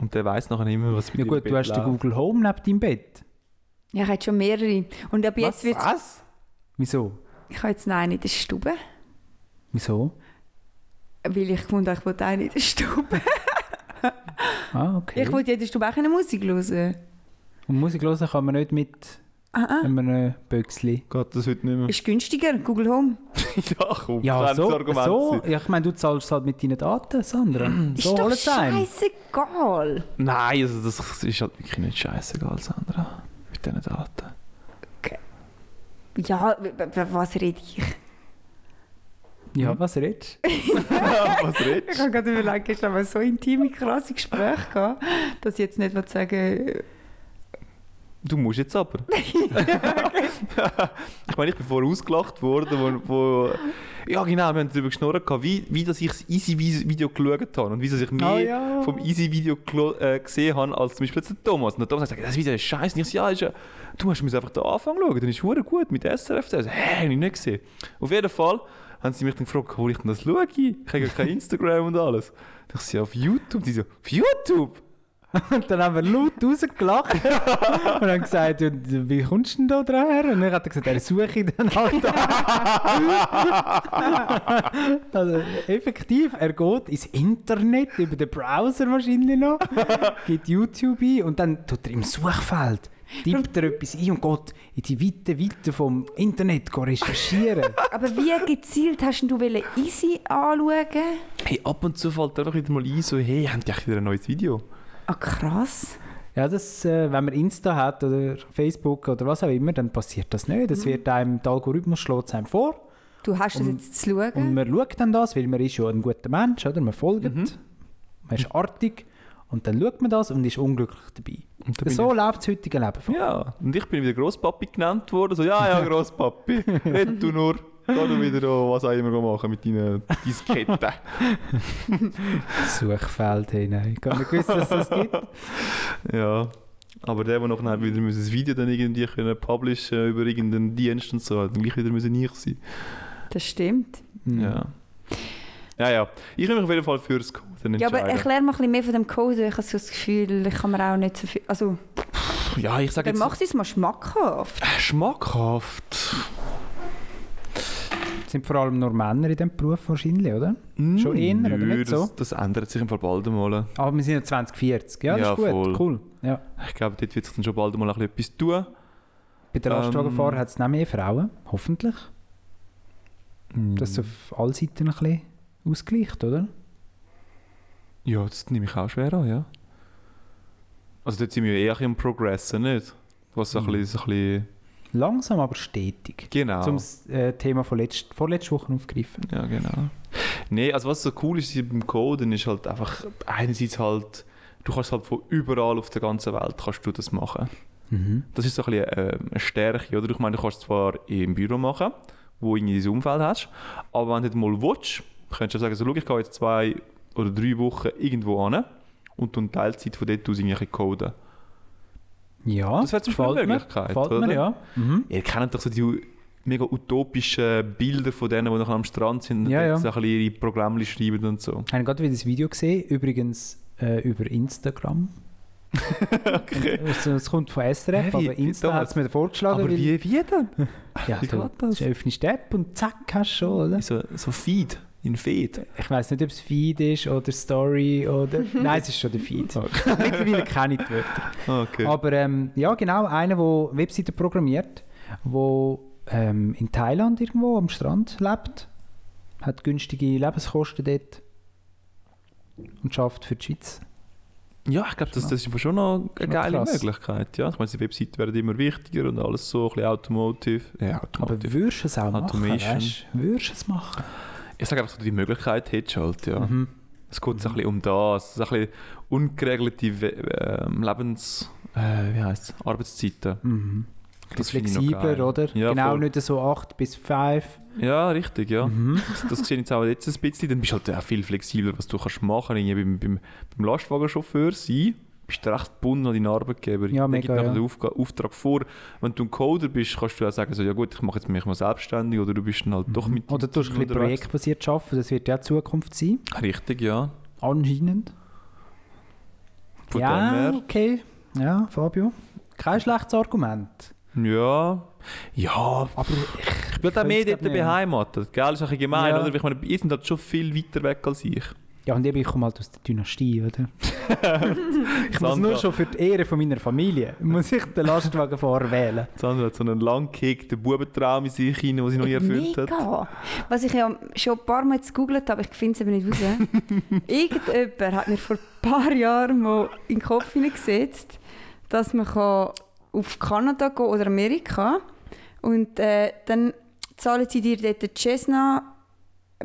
Und der weiß nachher immer, was bei Ja dir gut, im du Bett hast den läuft. Google Home neben deinem Bett. Ja, ich hatte schon mehrere. Und ab jetzt wird Was? Wieso? Ich habe jetzt noch einen in der Stube, Wieso? weil ich gefunden habe, ich wollte einen in der Stube. Ah, okay. Ich wollte in der Stube auch eine Musik hören. Und Musik hören kann man nicht mit Ah, ah. einem äh, Böxli. Geht das heute nicht Ist günstiger, Google Home. mehr? ja, komm, Ja, das so, Argument so. sein. Ja, ich meine, du zahlst halt mit deinen Daten, Sandra. Ist so doch holen's einem. scheißegal. Nein, also das ist halt wirklich nicht scheißegal, Sandra. Mit diesen Daten. Ja, w- w- was rede ich? Ja, was redest du? Was Ich redest habe gerade überlegt, es aber so intime, krasse Gespräche gehabt, dass ich jetzt nicht will sagen Du musst jetzt aber. ich meine, ich bin vorher ausgelacht worden, wo, wo Ja genau, wir haben darüber geschnurrt, gehabt, wie, wie dass ich das Easy-Video geschaut habe und wie dass ich mehr Ah, ja. vom Easy-Video gelo- äh, gesehen habe, als zum Beispiel jetzt der Thomas. Und der Thomas sagt, das Video ist scheiße. Und ich so, ja, ist ja, du musst mir einfach den Anfang schauen, dann ist es gut mit SRF. Also, hä, habe ich nicht gesehen. Auf jeden Fall haben sie mich dann gefragt, wo ich denn das schaue. Ich habe ja kein Instagram und alles. Ich so, ja, auf YouTube. Die so, auf YouTube? Und dann haben wir laut rausgelacht und haben gesagt, ja, wie kommst du denn da dran her? Und dann hat er gesagt, er suche ich dann halt. also effektiv, er geht ins Internet, über den Browser wahrscheinlich noch, gibt YouTube ein und dann tut er im Suchfeld, tippt er etwas ein und geht in die weite Weite vom Internet go recherchieren. Aber wie gezielt hast denn du wollen easy anschauen? Hey, ab und zu fällt einfach wieder mal ein, so, hey, haben die echt wieder ein neues Video? Ah, krass. Ja, das, äh, wenn man Insta hat oder Facebook oder was auch immer, dann passiert das nicht. Das wird einem, der Algorithmus schlägt es einem vor. Du hast das Um- Und- jetzt zu schauen. Und man schaut dann das, weil man ist ja ein guter Mensch, oder? Man folgt, Mhm. man ist artig und dann schaut man das und ist unglücklich dabei. Und da bin so läuft das heutige Leben. von. Ja, und ich bin wieder Grosspapi genannt worden. So, ja, ja, Grosspapi, red du nur. Geh du wieder oh, was auch immer machen mit deinen Disketten. Suchfeld hinein. Ich habe nicht gewusst, dass es das gibt. ja. Aber der, der noch dann wieder müssen das Video dann irgendwie können publishen über irgendeinen Dienst und so, hat dann gleich wieder müssen ich sein. Das stimmt. Ja. Ja, ja. Ich will mich auf jeden Fall fürs Coden Ja, aber entscheiden. erklär mal ein bisschen mehr von dem Code. Ich habe so das Gefühl, ich kann mir auch nicht so viel... Also, Ja, ich sage dann jetzt äh, mach es uns mal schmackhaft. schmackhaft. sind vor allem nur Männer in diesem Beruf wahrscheinlich, oder? Mm, Schon eher, oder nö, nicht das, so? das ändert sich im Fall bald einmal. Aber wir sind ja 2040. Ja, das Ja, ist gut, voll. cool. Ja. Ich glaube, dort wird sich dann schon bald einmal ein bisschen etwas tun. Bei den Ähm. Lastwagenfahrern hat es nicht mehr Frauen, hoffentlich. Das Mhm. ist auf allen Seiten ein bisschen ausgleicht, oder? Ja, das nehme ich auch schwer an, ja. Also dort sind wir ja eher ein bisschen am Progressen, nicht? Was so ein Mhm. bisschen, so ein bisschen... Langsam, aber stetig. Genau. Zum äh, Thema von letzt, vorletzter Woche aufgegriffen. Ja, genau. Nee, also was so cool ist beim Coden, ist halt einfach einerseits halt, du kannst halt von überall auf der ganzen Welt kannst du das machen. Das ist so ein bisschen äh, eine Stärke, oder? Ich meine, du kannst es zwar im Büro machen, wo du irgendwie dein Umfeld hast, aber wenn du das mal willst, könntest du sagen, so, schau, ich gehe jetzt zwei oder drei Wochen irgendwo hin und dann Teilzeit von dort aus irgendwie ein bisschen coden. Ja, Das wäre zum Beispiel eine gefällt mir. Möglichkeit, Gefällt oder? mir, ja. Mhm. Ihr kennt doch so die mega utopischen Bilder von denen, die noch am Strand sind und Ja, dort ja. so ein bisschen ihre Programme schreiben und so. Ich habe gerade wieder das Video gesehen, übrigens äh, über Instagram. Okay. Also, es kommt von SRF, Hä, wie- aber Insta Thomas? hat es mir vorgeschlagen. Aber weil- wie, wie denn? Ja, wie du geht das? öffnest die App und zack, hast du schon, oder? So, so Feed, in Feed. Ich weiß nicht, ob es Feed ist oder Story oder... Nein, es ist schon der Feed. Mittlerweile kenne ich die Wörter. Ah, Okay. Aber ähm, ja, genau, einer, der Webseiten programmiert, der ähm, in Thailand irgendwo am Strand lebt, hat günstige Lebenskosten dort und schafft für die Schweiz. ja, ich glaube, das, das ist schon noch eine Genau. Schon geile krass. Möglichkeit. Ja, ich meine, die Webseiten werden immer wichtiger und alles so, ein bisschen Automotive. Ja, Aber Automotive. würdest du es auch machen, Automation. weißt du? Würdest du es machen? ich sage einfach, so, die Möglichkeit hättest du halt, ja. Mhm. Es geht so ein bisschen um das, so ein bisschen ungeregelte We- ähm, Lebens... Äh, wie heisst es? Arbeitszeiten. Mhm. Das finde ich noch geil. flexibler, oder? Ja, genau, voll. nicht so 8 bis 5. Ja, richtig, ja. Mhm. Das, das sehe ich jetzt auch jetzt ein bisschen. Dann bist du halt auch viel flexibler, was du kannst machen kannst. Beim, beim, beim Lastwagenchauffeur sein bist du recht gebunden an deinen Arbeitgeber. Ja, Der mega, gibt nachher ja. den Aufga Auftrag vor. Wenn du ein Coder bist, kannst du auch sagen, so, ja gut, ich mache jetzt mich mal selbstständig oder du bist dann halt doch mit Mhm. Oder deinem du hast ein Team bisschen unterwegs. projektbasiert arbeiten, das wird ja die Zukunft sein. Richtig, ja. Anscheinend. Von ja, dem okay. Ja, Fabio. Kein schlechtes Argument. her. Ja. Ja, Aber ich bin halt auch könnte mehr es dort grad nicht. beheimatet. Gell, ist ein bisschen gemein, Ja. oder? Weil Ich meine, ihr seid halt schon viel weiter weg als ich. Ja, und eben, ich komme halt aus der Dynastie, oder? ich muss Sandra. nur schon für die Ehre von meiner Familie, muss ich den Lastwagenfahrer wählen. Sandra hat halt so einen langgehegten Bubentraum in sich hinein, den sie noch nie erfüllt hat. Mega. Was ich ja schon ein paar Mal jetzt gegoogelt habe, ich finde es aber nicht raus. Irgendjemand hat mir vor ein paar Jahren mal in den Kopf hineingesetzt, dass man kann auf Kanada gehen oder Amerika und äh, dann zahlen sie dir dort die Cessna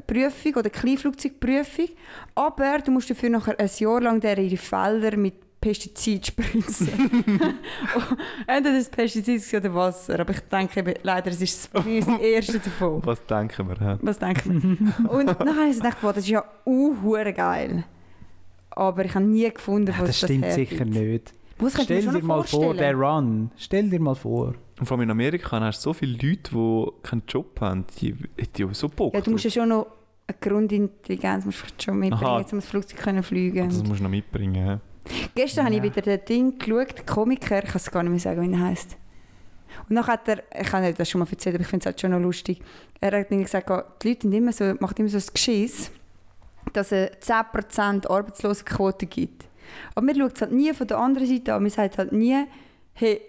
Prüfung oder Kleinflugzeugprüfung, aber du musst dafür nachher ein Jahr lang deren ihre Felder mit Pestizid spritzen. Entweder das Pestizid gewesen oder Wasser, aber ich denke eben, leider, es ist das das erste davon. Was denken wir? hä? Was denkt man? und dann habe ich so gedacht, wow, das ist ja uhuere geil. Aber ich habe nie gefunden, Ja, was das stimmt hergibt. sicher nicht. Was könnte Stell ich mir dir schon mal vor, der vorstellen? Run. Stell dir mal vor. Und vor allem in Amerika hast du so viele Leute, die keinen Job haben, die hätten ja so Bock. ja, du musst ja drauf. schon noch eine Grundintelligenz musst du vielleicht schon Aha. mitbringen, um das Flugzeug können fliegen Also, das Also zu können. musst du noch mitbringen. hä? Gestern habe ich Ja. wieder den Ding geschaut, den Komiker, ich kann es gar nicht mehr sagen, wie er heisst. Und dann hat er, ich habe das schon mal erzählt, aber ich finde es halt schon noch lustig, er hat irgendwie gesagt, oh, die Leute sind immer so, machen immer so ein Geschiss, dass es 10% Arbeitslosenquote gibt. Aber man schaut es halt nie von der anderen Seite an, man sagt halt nie, hey,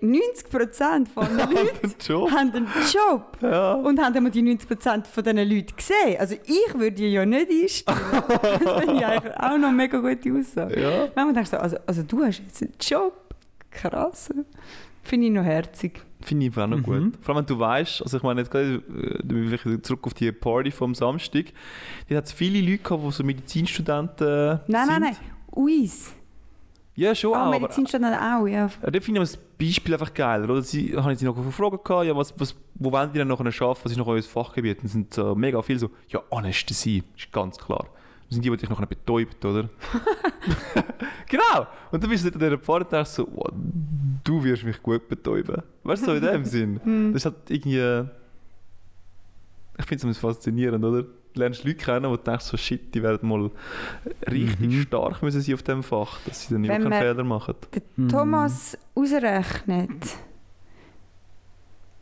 90% von den Leuten Ein Job? haben einen Job Ja. und haben immer die 90% von diesen Leuten gesehen. Also ich würde die ja nicht einstellen. das finde ich eigentlich auch noch eine mega gute Aussage. ja. Manchmal denkst du, so, also, also du hast jetzt einen Job. Krass. Finde ich noch herzig. Finde ich auch noch Mhm. gut. Vor allem, wenn du weißt, also ich meine, jetzt gerade äh, da bin ich zurück auf die Party vom Samstag, da hat es viele Leute gehabt, die so Medizinstudenten äh, sind. Nein, nein, nein. Uis. Ja, schon Ah, auch, aber Medizin steht dann auch, ja. Ja, dort finde ich das Beispiel einfach geiler. Oder? Sie, da habe ich sie noch gefragt, gehabt, ja, was, was, wo wollen die denn noch arbeiten, was ist noch euer Fachgebiet? Und es sind so mega viele so, ja, Anästhesie, ist ganz klar. Das sind die, die dich noch betäubt, oder? genau! Und dann bist du dort an dieser Party und denkst so, wow, du wirst mich gut betäuben. Weißt du, so in dem Sinn. Hm. Das ist halt irgendwie... äh, Ich finde es faszinierend, oder? Du lernst Leute kennen, wo du denkst so, shit, die werden mal richtig Mhm. stark müssen sie auf diesem Fach, dass sie dann nicht mehr Wenn keinen man- Fehler machen. Mhm. Thomas ausrechnet,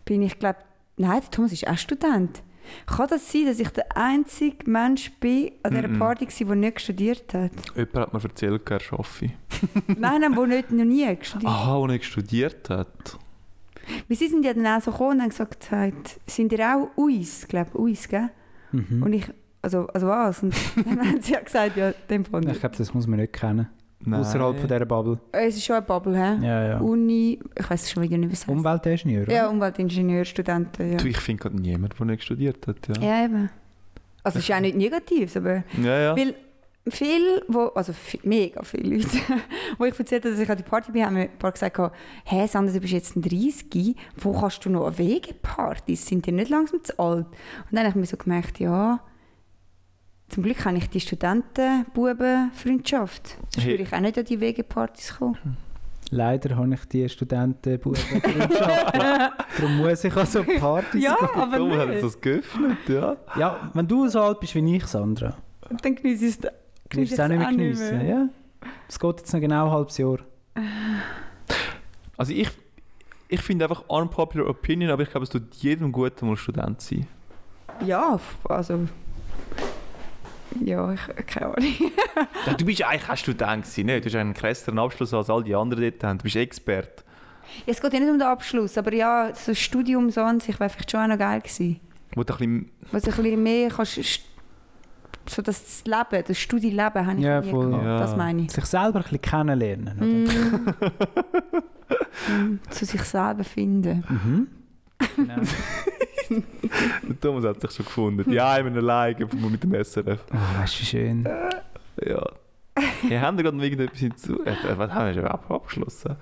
bin ich, glaube Nein, der Thomas ist auch Student. Kann das sein, dass ich der einzige Mensch bin an dieser Mhm. Party war, der nicht studiert hat? Jemand hat mir erzählt, er arbeite. Nein, nein, der nicht, noch nie studiert Aha, der nicht studiert hat. Weil sie sind ja dann auch so gekommen und haben gesagt, gesagt, sind ihr auch uns, glaube uns, gell? Mhm. Und ich, also, also was? Und dann haben sie ja gesagt, ja, dem von Ich glaube, das muss man nicht kennen. Nein. Außerhalb von dieser Bubble. Äh, Es ist schon eine Bubble, hä? Ja, ja. Uni, ich weiß schon wieder nicht, was heißt. Umweltingenieur. oder? ne? Uh. Ja, Umweltingenieur, Studenten, ja. Du, ich finde gerade niemanden, der nicht studiert hat. Ja, Ja, eben. Also es ist auch nicht negativ, aber ja. ja. Weil- viel, wo, also vi- mega viele Leute, wo ich erzählt habe, dass ich an der Party bin, haben mir ein paar gesagt, hey Sandra, du bist jetzt ein 30, wo kannst du noch an Wegepartys? Sind die nicht langsam zu alt? Und dann habe ich mir so gemerkt, ja, zum Glück habe ich die Studenten-Buben-Freundschaft. Sonst Hey. würde ich auch nicht an die Wegepartys kommen. Leider habe ich die studenten Darum muss ich an so Partys ja, gehen. aber Darum hat er nicht. das geöffnet, ja. Ja, wenn du so alt bist wie ich, Sandra, Und dann genieße ich es kannst du es auch nicht mehr geniessen. Ja. Es geht jetzt noch genau ein halbes Jahr. Also ich, ich finde einfach unpopular opinion, aber ich glaube, es tut jedem gut, mal Student zu sein. Ja, f- also... Ja, ich keine Ahnung. Ja, du bist eigentlich auch Student gewesen, ne? Du hast einen krasseren Abschluss als all die anderen dort haben. Du bist Expert. Ja, Es geht ja nicht um den Abschluss, aber ja, so ein Studium so an sich wäre vielleicht schon auch noch geil gewesen. Wo du ein bisschen... Was ein bisschen mehr kannst, st- so das das Leben, das Studieleben habe ich Ja, nie voll. Ah. gehabt. Ja. Das meine ich. Sich selber ein bisschen kennenlernen. oder? Mm. Mm, Zu sich selber finden. Mhm. Genau. Der Thomas hat sich schon gefunden. Ja, ich bin alleine mit dem SRF. Oh, weißt du, wie schön. Ja. Wir haben da gerade noch irgendetwas hinzu. Äh, äh, Was haben wir schon ab- abgeschlossen?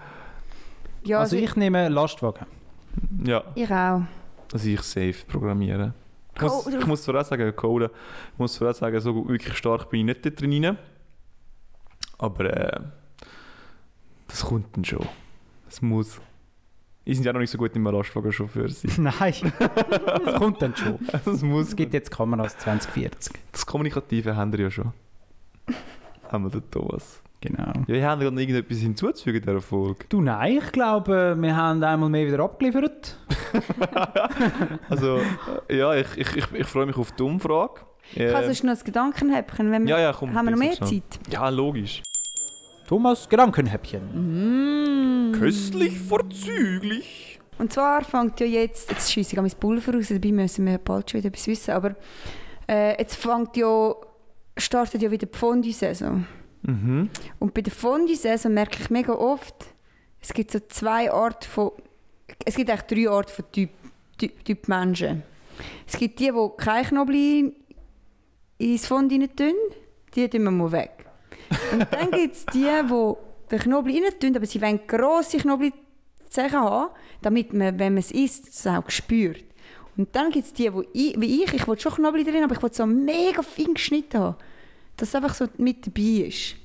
Ja, Also ich nehme Lastwagen. Ja, ich auch. also ich safe programmieren. Ich muss, Coder. ich muss zwar auch sagen, Coden. Ich muss zwar auch sagen, so wirklich stark bin ich nicht da drin. rein. Aber äh, das kommt dann schon. Es muss. Ich sind ja noch nicht so gut im Lastwagen-Chauffeur sein. Nein, das kommt dann schon. Das muss. Es gibt jetzt Kameras 2040. Das Kommunikative haben wir ja schon. haben wir den Thomas. Genau. Ja, wir haben gerade noch irgendetwas hinzuzufügen dieser Folge. Du, nein, ich glaube, wir haben einmal mehr wieder abgeliefert. Also, äh, ja, ich, ich, ich, ich freue mich auf die Umfrage. Ich Äh, kann sonst noch ein Gedankenhäppchen, wenn wir, ja, ja, komm, haben wir noch mehr fix schnell. Zeit. Ja, logisch. Thomas, Gedankenhäppchen. Mm. Köstlich vorzüglich. Und zwar fängt ja jetzt, jetzt schiesse ich an mein Pulver raus, dabei müssen wir bald schon wieder etwas wissen, aber äh, jetzt fängt ja, startet ja wieder die Fondue-Saison. Mhm. Und bei der Fondue-Saison merke ich mega oft, es gibt so zwei Arten von, es gibt eigentlich drei Arten von Typ, typ, typ Menschen. Es gibt die, die kein Knoblauch ins Fondue rein tun, die tun wir mal weg. Und dann gibt es die, die den Knoblauch rein tun, aber sie wollen grosse Knoblauchzehen haben, damit man, wenn man es isst, es auch spürt. Und dann gibt es die, die ich, wie ich, ich will schon Knoblauch drin, aber ich will so mega fein geschnitten haben, dass es einfach so mit dabei ist.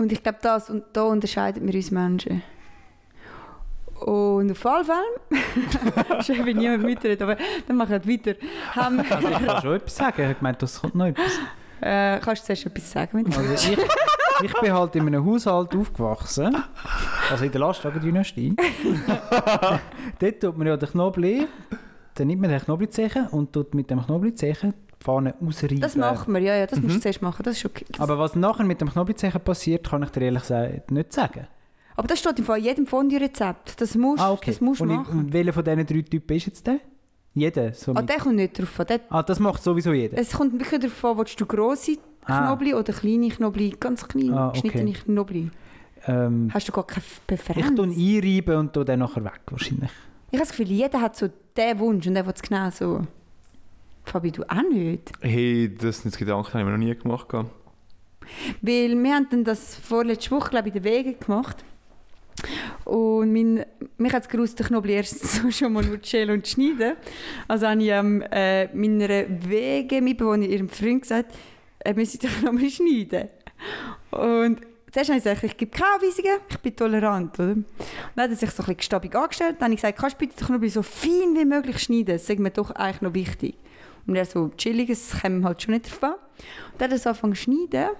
Und ich glaube, das und da unterscheiden wir uns Menschen. Und auf alle Fälle, schön, wenn niemand mitredet, aber dann machen wir halt weiter. Haben, Also ich kann schon etwas sagen. Ich habe gemeint, das kommt noch etwas. äh, kannst du zuerst etwas sagen? Mit Also ich, ich bin halt in einem Haushalt aufgewachsen. Also in der Lastwagen-Dynastie. Dort tut man ja den Knoblauch, dann nimmt man den Knoblauchzehen und tut mit dem Knoblauchzehen die Pfanne ausreiben. Das macht man, ja, ja, das musst du zuerst machen, das ist okay. Das, aber, Mhm. Aber was nachher mit dem Knoblauchzehen passiert, kann ich dir ehrlich gesagt nicht sagen. das steht im Fall in jedem Fondue-Rezept. Das musst du Ah, okay. das musst du und machen. ich, welcher von diesen drei Typen ist jetzt der? Jeder? So Ah, mit- der Äh, kommt nicht drauf an. Der, ah, das macht sowieso jeder. es kommt wirklich darauf an, willst du grosse Ah. Knoblauch oder kleine Knoblauch, ganz klein, Ah, okay. geschnittene Knoblauch. Ähm, Hast du gar keine ich Präferenz? tue ihn einreiben und tue den nachher weg wahrscheinlich. Ich habe das Gefühl, jeder hat so den Wunsch und der will es genau so. Fabi, du auch nicht. Hey, das sind Gedanken, habe ich mir noch nie gemacht. gehabt. Weil wir haben dann das vorletzte Woche, glaube ich, in den Wegen gemacht. Und mein, mich hat es geraust, den Knoblauch erst so schon mal nur zu schälen und zu schneiden. Also habe ich ähm, äh, meiner Wege mitbewohnerin, ihrem Freund, gesagt, äh, er müsse den Knoblauch schneiden. Und zuerst habe ich gesagt, ich gebe keine Anweisungen, ich bin tolerant. Oder? Und dann hat er sich so ein bisschen gestabig angestellt. Dann habe ich gesagt, kannst du bitte den Knoblauch so fein wie möglich schneiden? Das ist mir doch eigentlich noch wichtig. Und er so chillig, es käme ihm halt schon nicht drauf an. Und dann hat er so angefangen zu schneiden.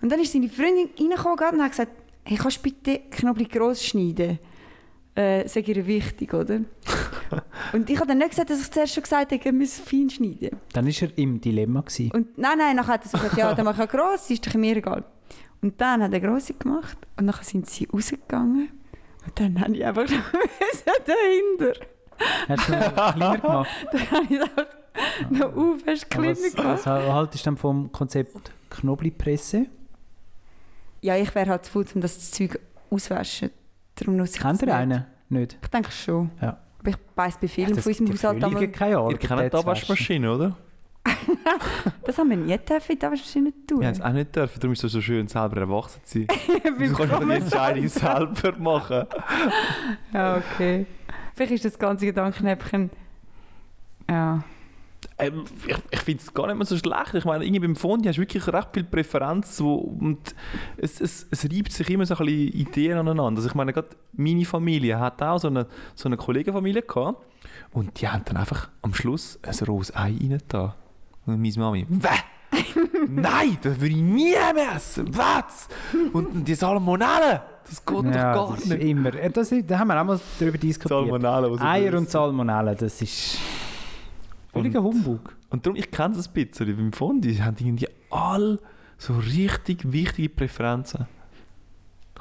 Und dann ist seine Freundin reingekommen gerade und hat gesagt, hey, kannst du bitte Knoblauch gross schneiden? äh, sei ihr wichtig, oder? und ich habe dann nicht gesagt, dass ich zuerst schon gesagt habe, ich muss fein schneiden. Dann war er im Dilemma. Gewesen. Und nein, nein, nachher hat er so gesagt, ja, dann mach ich gross, ist doch mir egal. Und dann hat er grosse gemacht und dann sind sie rausgegangen und dann habe ich einfach noch müssen dahinter. Hast du noch kleiner gemacht? Dann habe ich einfach noch auf, hast Ah. Aber kleiner Was, gemacht. was haltest du denn vom Konzept Knoblauchpresse? Ja, ich wäre halt zu faul, um das Zeug auswaschen. Darum nutze ich Kennt das ihr nicht. einen? Nicht? Ich denke schon. Ja. Aber ich weiss bei vielen Das von unserem gibt Haushalt völlig damals. keine Ahnung, Ihr kennt die Abwaschmaschine, oder? Das haben wir nie dürfen, da wahrscheinlich tun. Wir haben es auch nicht dürfen, darum ist es so schön, selber erwachsen zu sein. Beim Du kannst ja die Kommen. Entscheidung selber machen. Ja, okay. Vielleicht ist das ganze Gedankenhäppchen. Ja. Ähm, ich ich finde es gar nicht mehr so schlecht. Ich meine, irgendwie beim Fond hast du wirklich recht viel Präferenz wo, und es, es, es reibt sich immer so ein bisschen Ideen aneinander. Also ich meine, gerade meine Familie hat auch so eine, so eine Kollegenfamilie gehabt und die haben dann einfach am Schluss ein rohes Ei rein da. Und meine Mami, «Bäh! Nein, das würde ich nie mehr essen! Was? Und die Salmonellen, das geht doch gar das nicht!» Ist immer. Äh, Das, ist- da haben wir auch mal darüber diskutiert. Salmonellen, was ich Eier und esse. Salmonellen, das ist völliger Und- Humbug. Und darum, ich kenne es ein bisschen beim Fondi. Die haben irgendwie alle so richtig wichtige Präferenzen.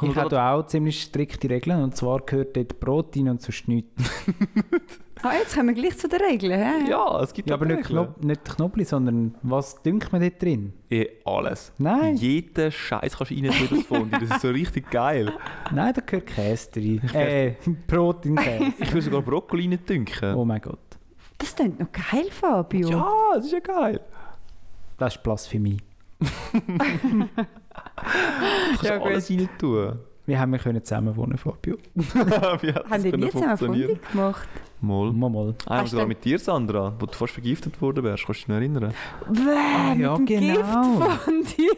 Ich habe da auch ziemlich strikte Regeln und zwar gehört dort Brot rein und sonst nichts. Ah, jetzt kommen wir gleich zu den Regeln. hä? ja, es gibt Ja, aber nicht, Regeln. Knob nicht Knoblauch, sondern was dünkt man dort drin? Eh, alles. Nein. Jeden Scheiß kannst du rein tun, das Fondi. Das ist so richtig geil. Nein, da gehört Käse drin. Äh, Brot in Käse. Ich würde sogar Brokkoli rein dünken. Oh mein Gott, Das klingt noch geil, Fabio. Ja, das ist ja geil. das ist Blasphemie. Du kannst Ja, gut. alles rein tun. Wie haben wir können zusammen wohnen, Fabio? Haben die nie zusammen Fondue gemacht? Mal. Mal, mal. Einmal Hast sogar du- mit dir, Sandra, wo du fast vergiftet worden wärst. Kannst du dich noch erinnern? Bäh, Ah, ja, mit dem genau. Gift Fondue.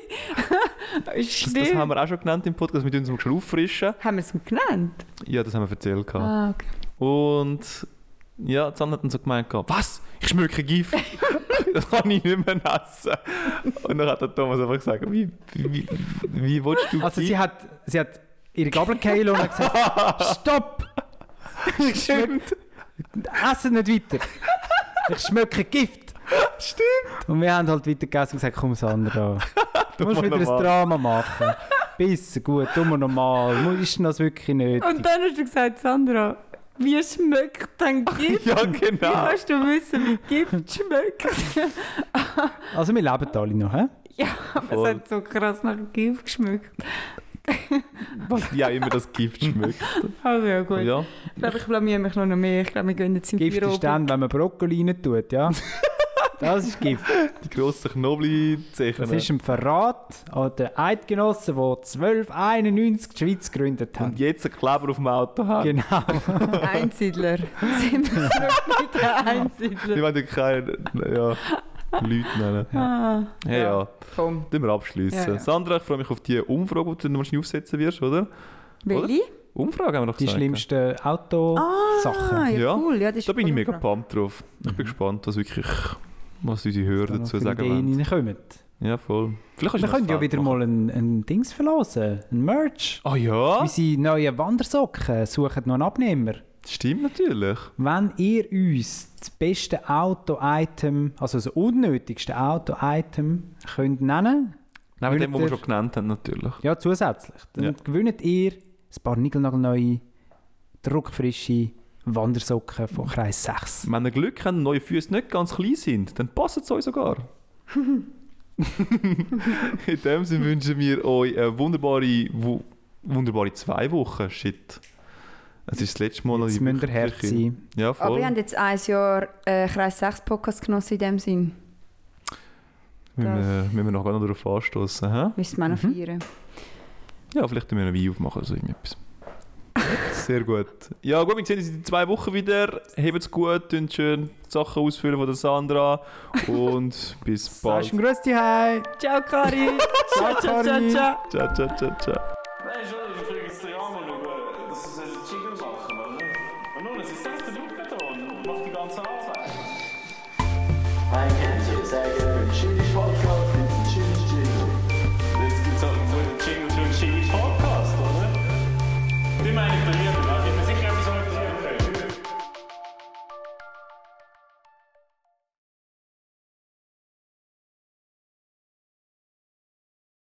Das, Stimmt. das haben wir auch schon genannt im Podcast. Wir tun es mal schnell auffrischen. Haben wir es gut genannt? Ja, das haben wir erzählt. gehabt. Ah, okay. Und ja, Zahn hat dann so gemeint, gehabt, was? Ich schmecke Gift. das kann ich nicht mehr essen. Und dann hat der Thomas einfach gesagt, wie, wie, wie willst du Also Gift? sie hat, sie hat ihre Gabel gehalten und hat gesagt, stopp! Ich schmeckt, essen nicht weiter. Ich schmecke Gift. Stimmt. Und wir haben halt weiter gegessen und gesagt, komm Sandra, du musst mal wieder ein normal. Drama machen. Bissen, gut, dummer normal. Mu- Ist denn das wirklich Und nötig? dann hast du gesagt, Sandra, wie schmeckt dein Gift? ja, Wie genau. kannst du wissen, wie Gift schmeckt? Also wir leben alle noch, hä? ja, aber Voll. es hat so krass nach Gift geschmeckt. Was ja immer das Gift schmeckt. Also ja, gut. Ja. Ich glaube, ich blamier mich noch mehr. Ich glaube, wir gehen jetzt in Gift ist dann, wenn man Brokkoli rein tut, ja? Das ist Gift. Die grossen Knobli-Zechen. Das ist ein Verrat an den Eidgenossen, die 1291 die Schweiz gegründet haben. Und jetzt ein Kleber auf dem Auto haben. Genau. Einsiedler. Sind wir zurück bei den Ich Einsiedlern? meine, keine ja, Leute nennen. Ah, Ja, ja. komm. Dann wir abschließen. Ja, ja. Sandra, ich freue mich auf die Umfrage, die du dann wahrscheinlich aufsetzen wirst, oder? Willi? Umfrage haben wir noch Die gesagt. schlimmsten Autosachen. Ah, ja, Oh, Ja. cool. Ja, das ist Da bin cool ich mega gefragt. pumped drauf. Ich bin gespannt, was wirklich was unsere Hörer dazu sagen Ideen wollen. reinkommen. Ja, voll. Vielleicht kannst du Wir noch können ja ein Feld wieder machen. mal ein, ein Dings verlosen, ein Merch. Ah ja, Unsere neuen Wandersocken suchen noch einen Abnehmer. stimmt natürlich. Wenn ihr uns das beste Auto-Item, also das unnötigste Auto-Item könnt nennen, Neben dem, Würdet was wir ihr- schon genannt haben, natürlich. ja zusätzlich, dann Ja. gewinnt ihr ein paar niegelnagelneue, druckfrische Wandersocken von Kreis 6. Wenn ihr Glück habt und neue Füße nicht ganz klein sind, dann passen sie euch sogar. In dem Sinne wünschen wir euch eine wunderbare, wu wunderbare zwei Wochen. Shit. Es ist das letzte Mal. Jetzt die müsst ihr Woche- hart sein. Ja, Aber voll. wir haben jetzt ein Jahr äh, Kreis 6 Podcast genossen in dem Sinn. Müssen wir, müssen wir noch gar nicht darauf anstoßen. hä? Müssen wir auch noch Mhm. feiern. Ja, vielleicht müssen wir einen Wein aufmachen oder so irgendetwas. Sehr gut. Ja, gut, wir sehen uns in zwei Wochen wieder. Hebt's gut, tun schön die Sachen ausfüllen von der Sandra. Und bis bald. Sagst du ein Grüß dich, hey! Ciao, Karin. Ciao, ciao, ciao, ciao, Karin. ciao. Ciao, ciao, ciao, ciao. eh,